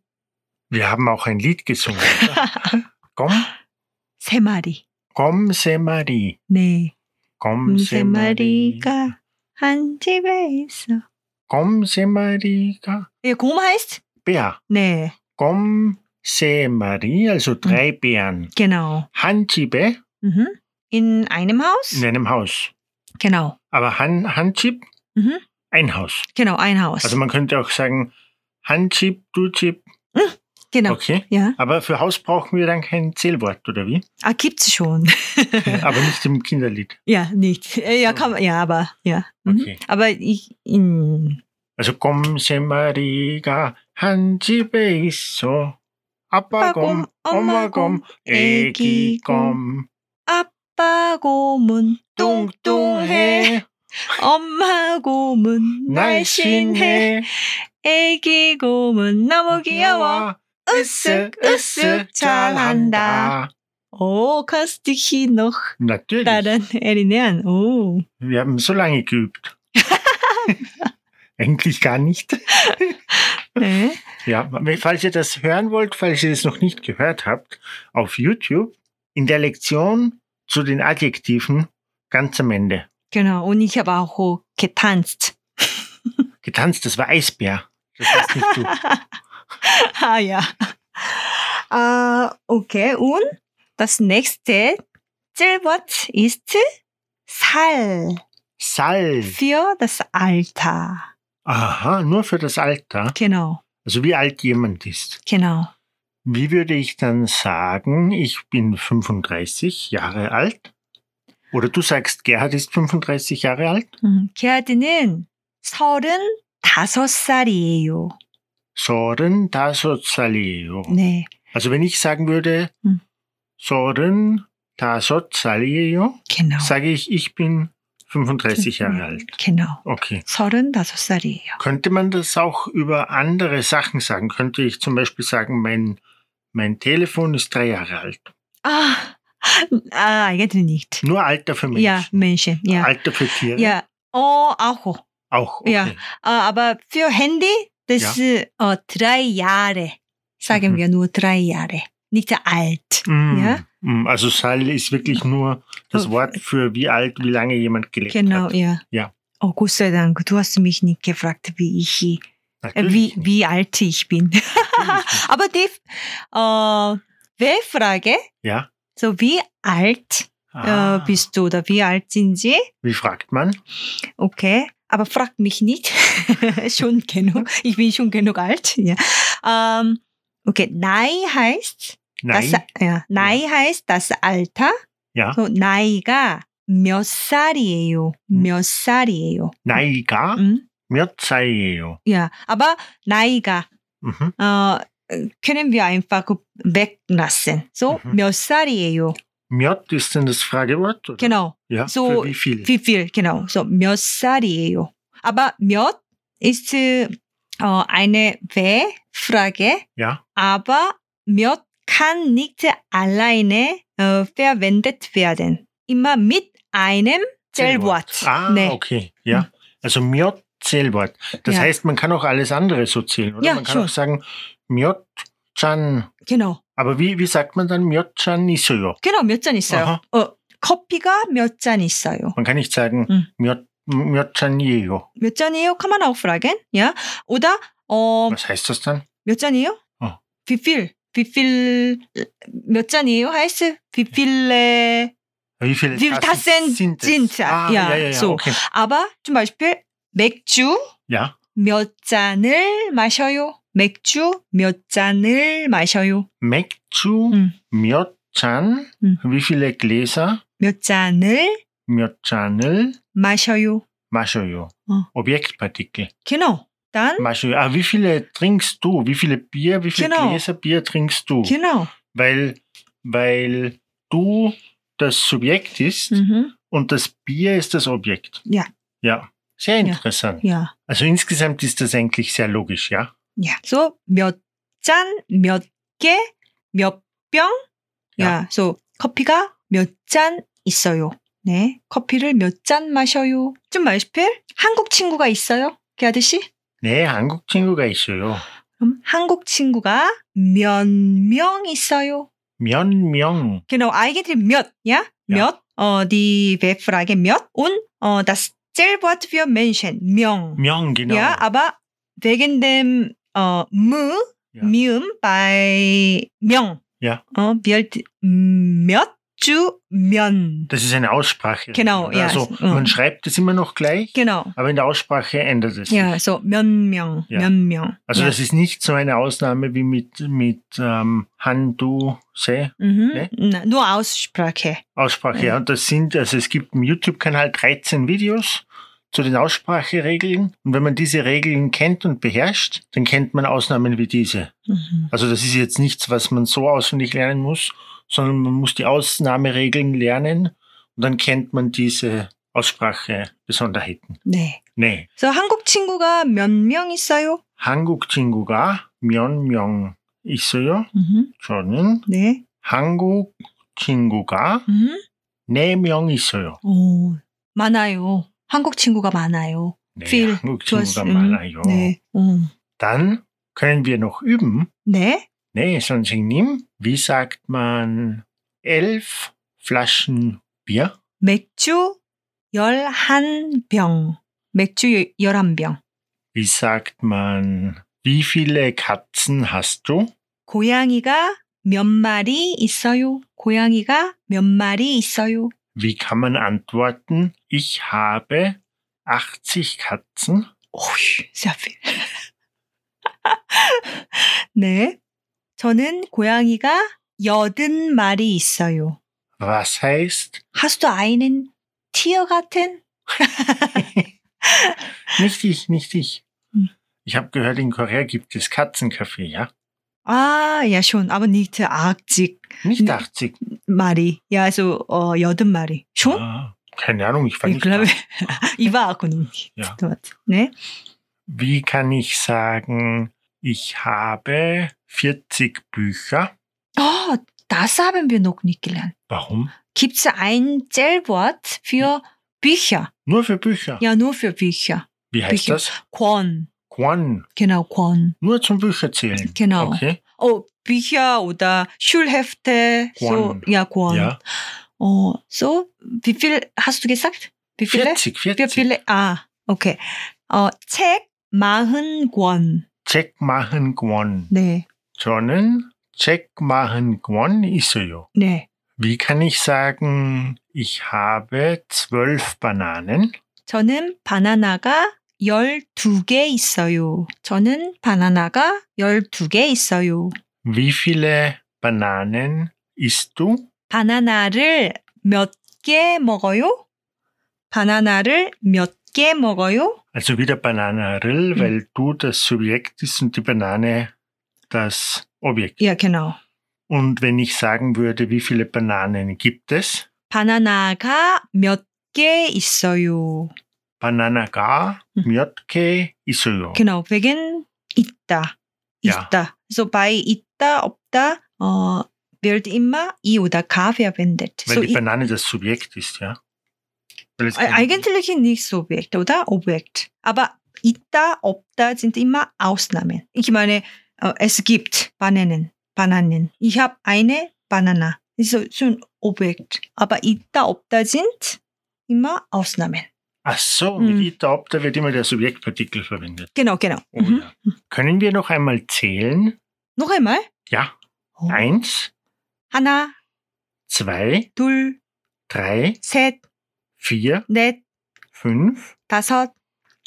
[SPEAKER 1] wir haben auch ein Lied gesungen. oder? komm,
[SPEAKER 2] 세 마리.
[SPEAKER 1] komm, Semari.
[SPEAKER 2] 네.
[SPEAKER 1] Komm,
[SPEAKER 2] 세
[SPEAKER 1] Semari.
[SPEAKER 2] 마리가 한 집에 있어.
[SPEAKER 1] Komm, Semariga.
[SPEAKER 2] 예, 곰 heißt?
[SPEAKER 1] Bär.
[SPEAKER 2] 네,
[SPEAKER 1] Komm, Semari, also drei Bären.
[SPEAKER 2] genau.
[SPEAKER 1] Hanchibe
[SPEAKER 2] Mhm. In einem Haus?
[SPEAKER 1] in einem Haus.
[SPEAKER 2] Genau,
[SPEAKER 1] Aber Han, Hanchib,
[SPEAKER 2] Mhm.
[SPEAKER 1] ein Haus.
[SPEAKER 2] genau, ein Haus.
[SPEAKER 1] Also man könnte auch sagen, Handchip, Duchip,
[SPEAKER 2] genau.
[SPEAKER 1] okay.
[SPEAKER 2] Ja,
[SPEAKER 1] Aber für Haus brauchen wir dann kein Zählwort, oder wie?
[SPEAKER 2] ah, gibt's schon.
[SPEAKER 1] Aber nicht im Kinderlied.
[SPEAKER 2] ja, nicht. Äh, Ja, kann man, ja, aber, ja. Mhm.
[SPEAKER 1] Okay.
[SPEAKER 2] Aber ich, in,
[SPEAKER 1] Also komm, Semariga, Handchibe eh, ist so. Appa komm, Oma komm, Eki komm,
[SPEAKER 2] 아빠 곰은 뚱뚱해.
[SPEAKER 1] 뚱뚱해,
[SPEAKER 2] 엄마 곰은 날씬해.
[SPEAKER 1] 날씬해,
[SPEAKER 2] 애기 곰은 너무 귀여워. 으쓱, 으쓱, 잘한다. 오, kannst dich noch
[SPEAKER 1] Natürlich.
[SPEAKER 2] daran erinnern? 오.
[SPEAKER 1] Wir haben so lange geübt. Eigentlich gar nicht.
[SPEAKER 2] 네.
[SPEAKER 1] Ja, falls ihr das hören wollt, falls ihr es noch nicht gehört habt, auf YouTube in der Lektion zu den Adjektiven ganz am Ende.
[SPEAKER 2] Genau, und ich habe auch getanzt.
[SPEAKER 1] Getanzt, das war Eisbär. Das warst nicht du.
[SPEAKER 2] ah ja. Ah, okay, und das nächste Zellwort ist Sal
[SPEAKER 1] Sal.
[SPEAKER 2] für das Alter.
[SPEAKER 1] Aha, nur für das Alter.
[SPEAKER 2] Genau,
[SPEAKER 1] Also wie alt jemand ist.
[SPEAKER 2] genau.
[SPEAKER 1] Wie würde ich dann sagen, ich bin 35 Jahre alt? Oder du sagst, Gerhard ist 35 Jahre alt?
[SPEAKER 2] 음, 걔한테는 서른 다섯 살이에요.
[SPEAKER 1] Soren da sozaleo.
[SPEAKER 2] 네.
[SPEAKER 1] Also wenn ich sagen würde,
[SPEAKER 2] Hm.
[SPEAKER 1] Soren Tasot Saliejo,
[SPEAKER 2] Genau.
[SPEAKER 1] sage ich, ich bin 35 Jahre alt.
[SPEAKER 2] Genau.
[SPEAKER 1] Okay.
[SPEAKER 2] 음, 서른 다섯 살이에요.
[SPEAKER 1] Könnte man das auch über andere Sachen sagen? Könnte ich zum Beispiel sagen, mein, mein Telefon ist drei Jahre alt.
[SPEAKER 2] 아, 아, 알겠지, ah, nicht.
[SPEAKER 1] Nur Alter für Menschen.
[SPEAKER 2] Ja, Menschen, ja.
[SPEAKER 1] Alter für Tiere
[SPEAKER 2] Ja, oh, auch.
[SPEAKER 1] auch. Okay.
[SPEAKER 2] Ja. Äh, aber für Handy, das ist äh, drei Jahre. Sagen
[SPEAKER 1] Mhm.
[SPEAKER 2] wir nur drei Jahre. Nicht alt.
[SPEAKER 1] Mm,
[SPEAKER 2] Ja.
[SPEAKER 1] mm, Also Sal ist wirklich nur das
[SPEAKER 2] Oh.
[SPEAKER 1] Wort für wie alt, wie lange jemand gelebt
[SPEAKER 2] Genau,
[SPEAKER 1] hat.
[SPEAKER 2] ja.
[SPEAKER 1] Ja.
[SPEAKER 2] Oh, Gott sei Dank, du hast mich nicht gefragt, wie ich, äh, wie,
[SPEAKER 1] Natürlich nicht,
[SPEAKER 2] wie alt ich bin.
[SPEAKER 1] natürlich nicht.
[SPEAKER 2] aber die äh, wer Frage,
[SPEAKER 1] Ja.
[SPEAKER 2] so wie alt
[SPEAKER 1] Ah,
[SPEAKER 2] äh, bist du oder wie alt sind sie?
[SPEAKER 1] wie fragt man?
[SPEAKER 2] Okay, aber frag mich nicht. schon genug. Ich bin schon genug alt. Ja. Ähm, okay, Nai heißt
[SPEAKER 1] Nein.
[SPEAKER 2] Das, ja, 나이 heißt das Alter.
[SPEAKER 1] Ja.
[SPEAKER 2] So, 나이가 몇 살이에요?
[SPEAKER 1] Hm.
[SPEAKER 2] 몇 살이에요?
[SPEAKER 1] Naiga
[SPEAKER 2] 음?
[SPEAKER 1] Mirzaeo.
[SPEAKER 2] Hm? Ja, aber 나이가
[SPEAKER 1] Mhm.
[SPEAKER 2] 어, können wir einfach weglassen. So,
[SPEAKER 1] Mhm.
[SPEAKER 2] 몇 살이에요?
[SPEAKER 1] Mirt ist denn das Fragewort? Oder?
[SPEAKER 2] Genau.
[SPEAKER 1] Ja,
[SPEAKER 2] So,
[SPEAKER 1] für wie viel?
[SPEAKER 2] Wie viel? Genau. So, 몇 살이에요? Aber 몇 ist äh, eine W-Frage,
[SPEAKER 1] Ja,
[SPEAKER 2] aber 몇 kann nicht alleine äh, verwendet werden. Immer mit einem Zellwort.
[SPEAKER 1] Ah,
[SPEAKER 2] 네.
[SPEAKER 1] okay. Ja, also Mirt Zählwort. Das
[SPEAKER 2] Ja.
[SPEAKER 1] heißt, man kann auch alles andere so zählen, oder?
[SPEAKER 2] Ja,
[SPEAKER 1] man kann
[SPEAKER 2] schon.
[SPEAKER 1] auch sagen Mirt Chan.
[SPEAKER 2] Genau.
[SPEAKER 1] Aber wie, wie sagt man dann Mirt Chan Isoyo?
[SPEAKER 2] genau, 몇 잔 있어요?
[SPEAKER 1] 아하.
[SPEAKER 2] 어, 커피가 몇 잔 있어요?
[SPEAKER 1] Man kann nicht
[SPEAKER 2] Mhm.
[SPEAKER 1] sagen Mirt Mirt Chan Yeo.
[SPEAKER 2] 몇 잔이에요? Kann man auch fragen. Ja. Oder 어,
[SPEAKER 1] Was heißt das dann?
[SPEAKER 2] 몇 잔이에요?
[SPEAKER 1] 네. 어.
[SPEAKER 2] Wie viel? Wie viel? 몇 잔이에요? heißt wie viele?
[SPEAKER 1] Wie viele
[SPEAKER 2] Wie viele Tassen
[SPEAKER 1] es?
[SPEAKER 2] sind da?
[SPEAKER 1] Ah,
[SPEAKER 2] Ja,
[SPEAKER 1] ja, ja, ja,
[SPEAKER 2] so.
[SPEAKER 1] okay.
[SPEAKER 2] Aber zum Beispiel 맥주
[SPEAKER 1] Ja,
[SPEAKER 2] 몇 잔을 마셔요? 맥주 몇 잔을 마셔요?
[SPEAKER 1] Mekchu
[SPEAKER 2] Mhm.
[SPEAKER 1] Mirt Chan.
[SPEAKER 2] Mhm.
[SPEAKER 1] Wie viele Gläser?
[SPEAKER 2] 몇 잔을
[SPEAKER 1] Mjötjanel,
[SPEAKER 2] 마셔요.
[SPEAKER 1] Maschoyo.
[SPEAKER 2] Hm.
[SPEAKER 1] Objektpartikel.
[SPEAKER 2] Genau. Dann,
[SPEAKER 1] Maschoyo. Ah, wie viele trinkst du? Wie viele Bier, wie viele
[SPEAKER 2] Genau.
[SPEAKER 1] Gläser Bier trinkst du?
[SPEAKER 2] genau.
[SPEAKER 1] Weil, weil du das Subjekt ist
[SPEAKER 2] Mhm.
[SPEAKER 1] und das Bier ist das Objekt.
[SPEAKER 2] Ja.
[SPEAKER 1] Ja. Sehr
[SPEAKER 2] Ja.
[SPEAKER 1] interessant.
[SPEAKER 2] Ja.
[SPEAKER 1] Also insgesamt ist das eigentlich sehr logisch, ja?
[SPEAKER 2] 야, so 몇 잔, 몇 개, 몇 병. 야, so 커피가 몇 잔 있어요. 네, 커피를 몇 잔 마셔요. 좀 말시필 한국 친구가 있어요, 그 개아드 씨?
[SPEAKER 1] 네, 한국 친구가 있어요.
[SPEAKER 2] 그럼 한국 친구가 몇 명 있어요.
[SPEAKER 1] 면명.
[SPEAKER 2] Genau, eigentlich 몇, ja? 몇? 어, die Frage 몇? Und 어, das Zellwort für Menschen, 명.
[SPEAKER 1] 음, 명, genau.
[SPEAKER 2] Ja, aber wegen dem äh, Mu,
[SPEAKER 1] Ja.
[SPEAKER 2] Mium bei Myung.
[SPEAKER 1] Ja.
[SPEAKER 2] Äh, wird Myot zu Myon.
[SPEAKER 1] Das ist eine Aussprache.
[SPEAKER 2] Genau, ja.
[SPEAKER 1] Also
[SPEAKER 2] Ja.
[SPEAKER 1] man schreibt es immer noch gleich,
[SPEAKER 2] Genau.
[SPEAKER 1] aber in der Aussprache ändert es
[SPEAKER 2] Ja,
[SPEAKER 1] sich.
[SPEAKER 2] so Myon Myung,
[SPEAKER 1] Ja.
[SPEAKER 2] Myon Myung.
[SPEAKER 1] Also
[SPEAKER 2] ja.
[SPEAKER 1] das ist nicht so eine Ausnahme wie mit, mit ähm, Han, Du, Se,
[SPEAKER 2] Mhm.
[SPEAKER 1] ne?
[SPEAKER 2] Na, nur Aussprache.
[SPEAKER 1] Aussprache. Ja. Und das sind, also es gibt im YouTube-Kanal 13 Videos zu den Ausspracheregeln. Und wenn man diese Regeln kennt und beherrscht, dann kennt man Ausnahmen wie diese.
[SPEAKER 2] Mhm.
[SPEAKER 1] Also das ist jetzt nichts, was man so auswendig lernen muss, sondern man muss die Ausnahmeregeln lernen und dann kennt man diese Aussprachebesonderheiten.
[SPEAKER 2] 네.
[SPEAKER 1] Nee.
[SPEAKER 2] 그래서 한국 친구가 몇 명 있어요?
[SPEAKER 1] 한국 친구가 몇명 있어요?
[SPEAKER 2] 음.
[SPEAKER 1] 저는
[SPEAKER 2] 네.
[SPEAKER 1] 한국 친구가
[SPEAKER 2] 음.
[SPEAKER 1] 네 명 있어요.
[SPEAKER 2] 오, 많아요. 한국 친구가 많아요.
[SPEAKER 1] 네,
[SPEAKER 2] Viel.
[SPEAKER 1] 한국
[SPEAKER 2] Du
[SPEAKER 1] 친구가
[SPEAKER 2] hast-
[SPEAKER 1] 많아요.
[SPEAKER 2] 네. 음.
[SPEAKER 1] Dann können wir noch üben.
[SPEAKER 2] 네.
[SPEAKER 1] Nee, 선생님, wie sagt man elf Flaschen Bier?
[SPEAKER 2] 맥주 11병. 맥주 11병.
[SPEAKER 1] Wie sagt man, wie viele Katzen hast du?
[SPEAKER 2] 고양이가 몇 마리 있어요? 고양이가 몇 마리 있어요?
[SPEAKER 1] Wie kann man antworten, ich habe 80 Katzen?
[SPEAKER 2] 오휴, 사필. 네. 저는 고양이가 여든 마리 있어요.
[SPEAKER 1] Was heißt,
[SPEAKER 2] Hast du einen Tiergarten?
[SPEAKER 1] nicht ich, nicht ich.
[SPEAKER 2] Hm.
[SPEAKER 1] Ich habe gehört, in Korea gibt es Katzenkaffee, ja?
[SPEAKER 2] 아, ja schon, aber nicht 80
[SPEAKER 1] Nicht
[SPEAKER 2] Nee.
[SPEAKER 1] 80.
[SPEAKER 2] 마리. Ja, also 어, 여든 마리. Schon?
[SPEAKER 1] Ah, keine Ahnung, ich war
[SPEAKER 2] Ich
[SPEAKER 1] nicht
[SPEAKER 2] glaube,
[SPEAKER 1] da.
[SPEAKER 2] ich war auch noch nicht
[SPEAKER 1] Ja.
[SPEAKER 2] dort. Ne?
[SPEAKER 1] Wie kann ich sagen, ich habe 40 Bücher?
[SPEAKER 2] Oh, das haben wir noch nicht gelernt.
[SPEAKER 1] Warum?
[SPEAKER 2] Gibt es ein Zellwort für Bücher?
[SPEAKER 1] Nur für Bücher.
[SPEAKER 2] Ja, nur für Bücher.
[SPEAKER 1] Wie heißt
[SPEAKER 2] Bücher.
[SPEAKER 1] das?
[SPEAKER 2] Quan.
[SPEAKER 1] Quan.
[SPEAKER 2] Genau, Quan.
[SPEAKER 1] Nur zum Bücherzählen.
[SPEAKER 2] Genau.
[SPEAKER 1] Okay.
[SPEAKER 2] Oh, Bücher oder Schulhefte.
[SPEAKER 1] Quan.
[SPEAKER 2] So, ja, Quan.
[SPEAKER 1] Ja.
[SPEAKER 2] Oh, so, wie viel hast du gesagt? Wie viele?
[SPEAKER 1] 40,
[SPEAKER 2] Wie
[SPEAKER 1] 40.
[SPEAKER 2] viele? Ah, okay. 어, 책 마흔 권.
[SPEAKER 1] Check machen Gwon.
[SPEAKER 2] 네,
[SPEAKER 1] 저는 check machen Gwon 있어요.
[SPEAKER 2] 네.
[SPEAKER 1] Wie kann ich sagen, ich habe zwölf Bananen?
[SPEAKER 2] 저는 바나나가 12개 있어요. 저는 바나나가 12개 있어요.
[SPEAKER 1] Wie viele Bananen isst du?
[SPEAKER 2] 바나나를 몇 개 먹어요? 바나나를 몇 개 먹어요?
[SPEAKER 1] Also wieder Bananenrill,
[SPEAKER 2] Mhm.
[SPEAKER 1] weil du das Subjekt ist und die Banane das Objekt.
[SPEAKER 2] Ja, genau.
[SPEAKER 1] Und wenn ich sagen würde, wie viele Bananen gibt es?
[SPEAKER 2] 바나나가 몇 개 있어요.
[SPEAKER 1] Bananaga,
[SPEAKER 2] Mhm.
[SPEAKER 1] Mjotke, Isoyo.
[SPEAKER 2] Genau, wegen 있다.
[SPEAKER 1] Ja.
[SPEAKER 2] 있다. So bei 있다, 없다, 어, wird immer i oder k verwendet.
[SPEAKER 1] Weil
[SPEAKER 2] So
[SPEAKER 1] die
[SPEAKER 2] i-
[SPEAKER 1] Banane das Subjekt ist, ja? Weil es
[SPEAKER 2] e-
[SPEAKER 1] kein-
[SPEAKER 2] eigentlich nicht Subjekt oder Objekt. Aber 있다, 없다 sind immer Ausnahmen. Ich meine, äh, es gibt Bananen. Bananen. Ich habe eine Banane. Ist so schon Objekt. Aber 있다, 없다 sind immer Ausnahmen.
[SPEAKER 1] Ach so,
[SPEAKER 2] Mhm.
[SPEAKER 1] mit Ita Opta wird immer der Subjektpartikel verwendet.
[SPEAKER 2] Genau, genau.
[SPEAKER 1] Oh
[SPEAKER 2] Mhm.
[SPEAKER 1] ja. Können wir noch einmal zählen?
[SPEAKER 2] Noch einmal.
[SPEAKER 1] Ja.
[SPEAKER 2] 어,
[SPEAKER 1] Eins,
[SPEAKER 2] 하나,
[SPEAKER 1] zwei,
[SPEAKER 2] 둘,
[SPEAKER 1] drei,
[SPEAKER 2] 셋,
[SPEAKER 1] vier,
[SPEAKER 2] 넷,
[SPEAKER 1] fünf,
[SPEAKER 2] 다섯,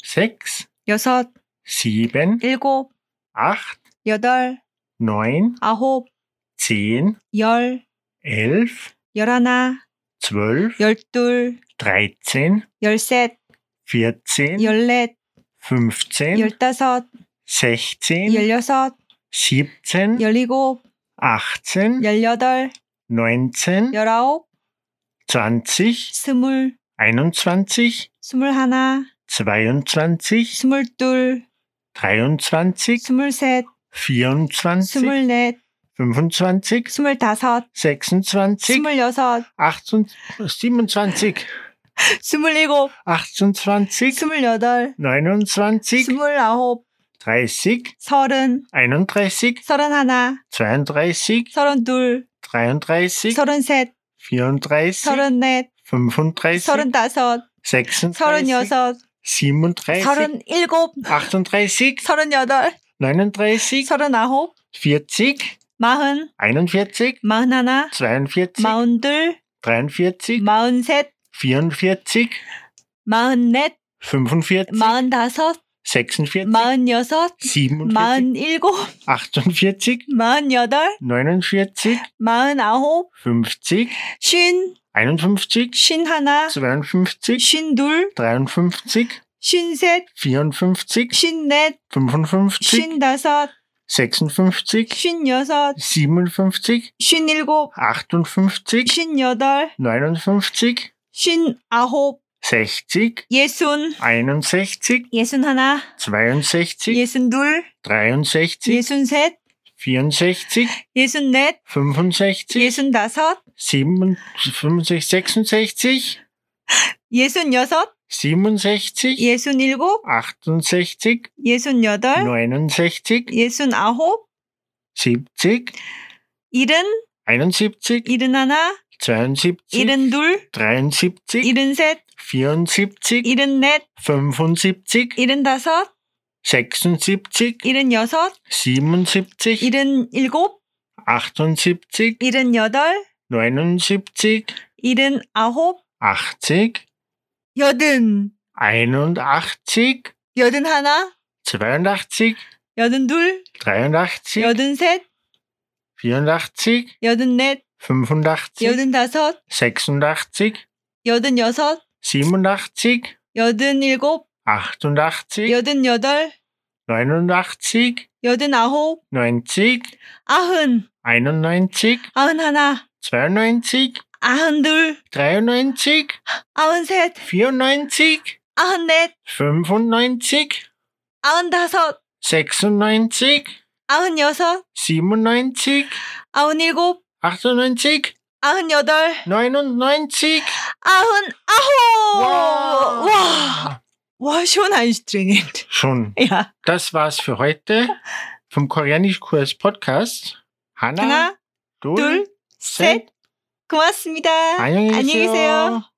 [SPEAKER 1] sechs,
[SPEAKER 2] 여섯,
[SPEAKER 1] sieben,
[SPEAKER 2] 일곱,
[SPEAKER 1] acht,
[SPEAKER 2] 여덟,
[SPEAKER 1] neun,
[SPEAKER 2] 아홉,
[SPEAKER 1] zehn,
[SPEAKER 2] 열,
[SPEAKER 1] elf,
[SPEAKER 2] 열하나,
[SPEAKER 1] zwölf,
[SPEAKER 2] 열둘,
[SPEAKER 1] 13,
[SPEAKER 2] 13,
[SPEAKER 1] 14,
[SPEAKER 2] 14,
[SPEAKER 1] 15,
[SPEAKER 2] 15,
[SPEAKER 1] 16,
[SPEAKER 2] 16,
[SPEAKER 1] 17,
[SPEAKER 2] 17,
[SPEAKER 1] 18,
[SPEAKER 2] 18,
[SPEAKER 1] 19,
[SPEAKER 2] 19,
[SPEAKER 1] 20,
[SPEAKER 2] 20,
[SPEAKER 1] 21,
[SPEAKER 2] 21,
[SPEAKER 1] 22,
[SPEAKER 2] 22,
[SPEAKER 1] 23, 24,
[SPEAKER 2] 23, 24,
[SPEAKER 1] 25,
[SPEAKER 2] 25,
[SPEAKER 1] 26,
[SPEAKER 2] 26,
[SPEAKER 1] 28, 27,
[SPEAKER 2] 27,
[SPEAKER 1] 28,
[SPEAKER 2] 28,
[SPEAKER 1] 29,
[SPEAKER 2] 29,
[SPEAKER 1] 30,
[SPEAKER 2] 30,
[SPEAKER 1] 31, 32, 33, 34,
[SPEAKER 2] 31, 32, 33, 34,
[SPEAKER 1] 35,
[SPEAKER 2] 35,
[SPEAKER 1] 음, 36, 37,
[SPEAKER 2] 36, 37,
[SPEAKER 1] 38,
[SPEAKER 2] 38,
[SPEAKER 1] 39,
[SPEAKER 2] 39,
[SPEAKER 1] 40, 41,
[SPEAKER 2] 40, 41,
[SPEAKER 1] 42,
[SPEAKER 2] 마흔둘,
[SPEAKER 1] 43,
[SPEAKER 2] 마흔셋,
[SPEAKER 1] 44,
[SPEAKER 2] 마흔넷,
[SPEAKER 1] 45,
[SPEAKER 2] 마흔다섯,
[SPEAKER 1] 46,
[SPEAKER 2] 마흔여섯,
[SPEAKER 1] 47,
[SPEAKER 2] 마흔일곱,
[SPEAKER 1] 48,
[SPEAKER 2] 마흔여덟,
[SPEAKER 1] 49,
[SPEAKER 2] 마흔아홉,
[SPEAKER 1] 50,
[SPEAKER 2] 쉰,
[SPEAKER 1] 51,
[SPEAKER 2] 쉰하나,
[SPEAKER 1] 52,
[SPEAKER 2] 쉰둘,
[SPEAKER 1] 53,
[SPEAKER 2] 쉰셋,
[SPEAKER 1] 54,
[SPEAKER 2] 쉰넷,
[SPEAKER 1] 55,
[SPEAKER 2] 쉰다섯,
[SPEAKER 1] 56,
[SPEAKER 2] 쉰여섯,
[SPEAKER 1] 57,
[SPEAKER 2] 쉰일곱,
[SPEAKER 1] 58,
[SPEAKER 2] 쉰여덟,
[SPEAKER 1] 59,
[SPEAKER 2] 쉰아홉,
[SPEAKER 1] 60,
[SPEAKER 2] 예순,
[SPEAKER 1] 61,
[SPEAKER 2] 예순하나,
[SPEAKER 1] 62,
[SPEAKER 2] 예순둘,
[SPEAKER 1] 63,
[SPEAKER 2] 예순셋,
[SPEAKER 1] 64,
[SPEAKER 2] 예순넷,
[SPEAKER 1] 65,
[SPEAKER 2] 예순다섯,
[SPEAKER 1] 67, 66,
[SPEAKER 2] 예순여섯,
[SPEAKER 1] 67,
[SPEAKER 2] 예순일곱,
[SPEAKER 1] 68,
[SPEAKER 2] 예순여덟,
[SPEAKER 1] 69,
[SPEAKER 2] 예순아홉,
[SPEAKER 1] 70,
[SPEAKER 2] 일흔,
[SPEAKER 1] 71,
[SPEAKER 2] 일흔하나,
[SPEAKER 1] 72,
[SPEAKER 2] 일흔둘,
[SPEAKER 1] 73,
[SPEAKER 2] 일흔셋,
[SPEAKER 1] 74,
[SPEAKER 2] 일흔넷,
[SPEAKER 1] 75,
[SPEAKER 2] 일흔다섯,
[SPEAKER 1] 76,
[SPEAKER 2] 일흔여섯,
[SPEAKER 1] 77,
[SPEAKER 2] 일흔일곱,
[SPEAKER 1] 78,
[SPEAKER 2] 일흔여덟,
[SPEAKER 1] 79,
[SPEAKER 2] 일흔아홉,
[SPEAKER 1] 80,
[SPEAKER 2] 여든,
[SPEAKER 1] 81,
[SPEAKER 2] 여든하나,
[SPEAKER 1] 82,
[SPEAKER 2] 여든둘,
[SPEAKER 1] 83,
[SPEAKER 2] 여든셋,
[SPEAKER 1] 84,
[SPEAKER 2] 여든넷,
[SPEAKER 1] 85,
[SPEAKER 2] 여든다섯,
[SPEAKER 1] 86,
[SPEAKER 2] 여든여섯,
[SPEAKER 1] 87,
[SPEAKER 2] 여든일곱,
[SPEAKER 1] 88,
[SPEAKER 2] 여든여덟,
[SPEAKER 1] 89,
[SPEAKER 2] 여든아홉,
[SPEAKER 1] 90,
[SPEAKER 2] 아흔,
[SPEAKER 1] 91,
[SPEAKER 2] 아흔하나,
[SPEAKER 1] 92,
[SPEAKER 2] 아흔둘,
[SPEAKER 1] 93,
[SPEAKER 2] 아흔셋,
[SPEAKER 1] 94,
[SPEAKER 2] 아흔넷,
[SPEAKER 1] 95,
[SPEAKER 2] 아흔다섯,
[SPEAKER 1] 96,
[SPEAKER 2] 아흔여섯,
[SPEAKER 1] 97,
[SPEAKER 2] 아흔일곱,
[SPEAKER 1] 98,
[SPEAKER 2] 아흔여덟,
[SPEAKER 1] 99.
[SPEAKER 2] 아흔아홉!
[SPEAKER 1] Oh, Wow.
[SPEAKER 2] 와! 와, schon anstrengend.
[SPEAKER 1] Schon.
[SPEAKER 2] Ja.
[SPEAKER 1] Das war's für heute vom Koreanischkurs Podcast. Hanna,
[SPEAKER 2] 하나, 둘, 셋. 고맙습니다.
[SPEAKER 1] 안녕히
[SPEAKER 2] 안녕히
[SPEAKER 1] 계세요.
[SPEAKER 2] 계세요.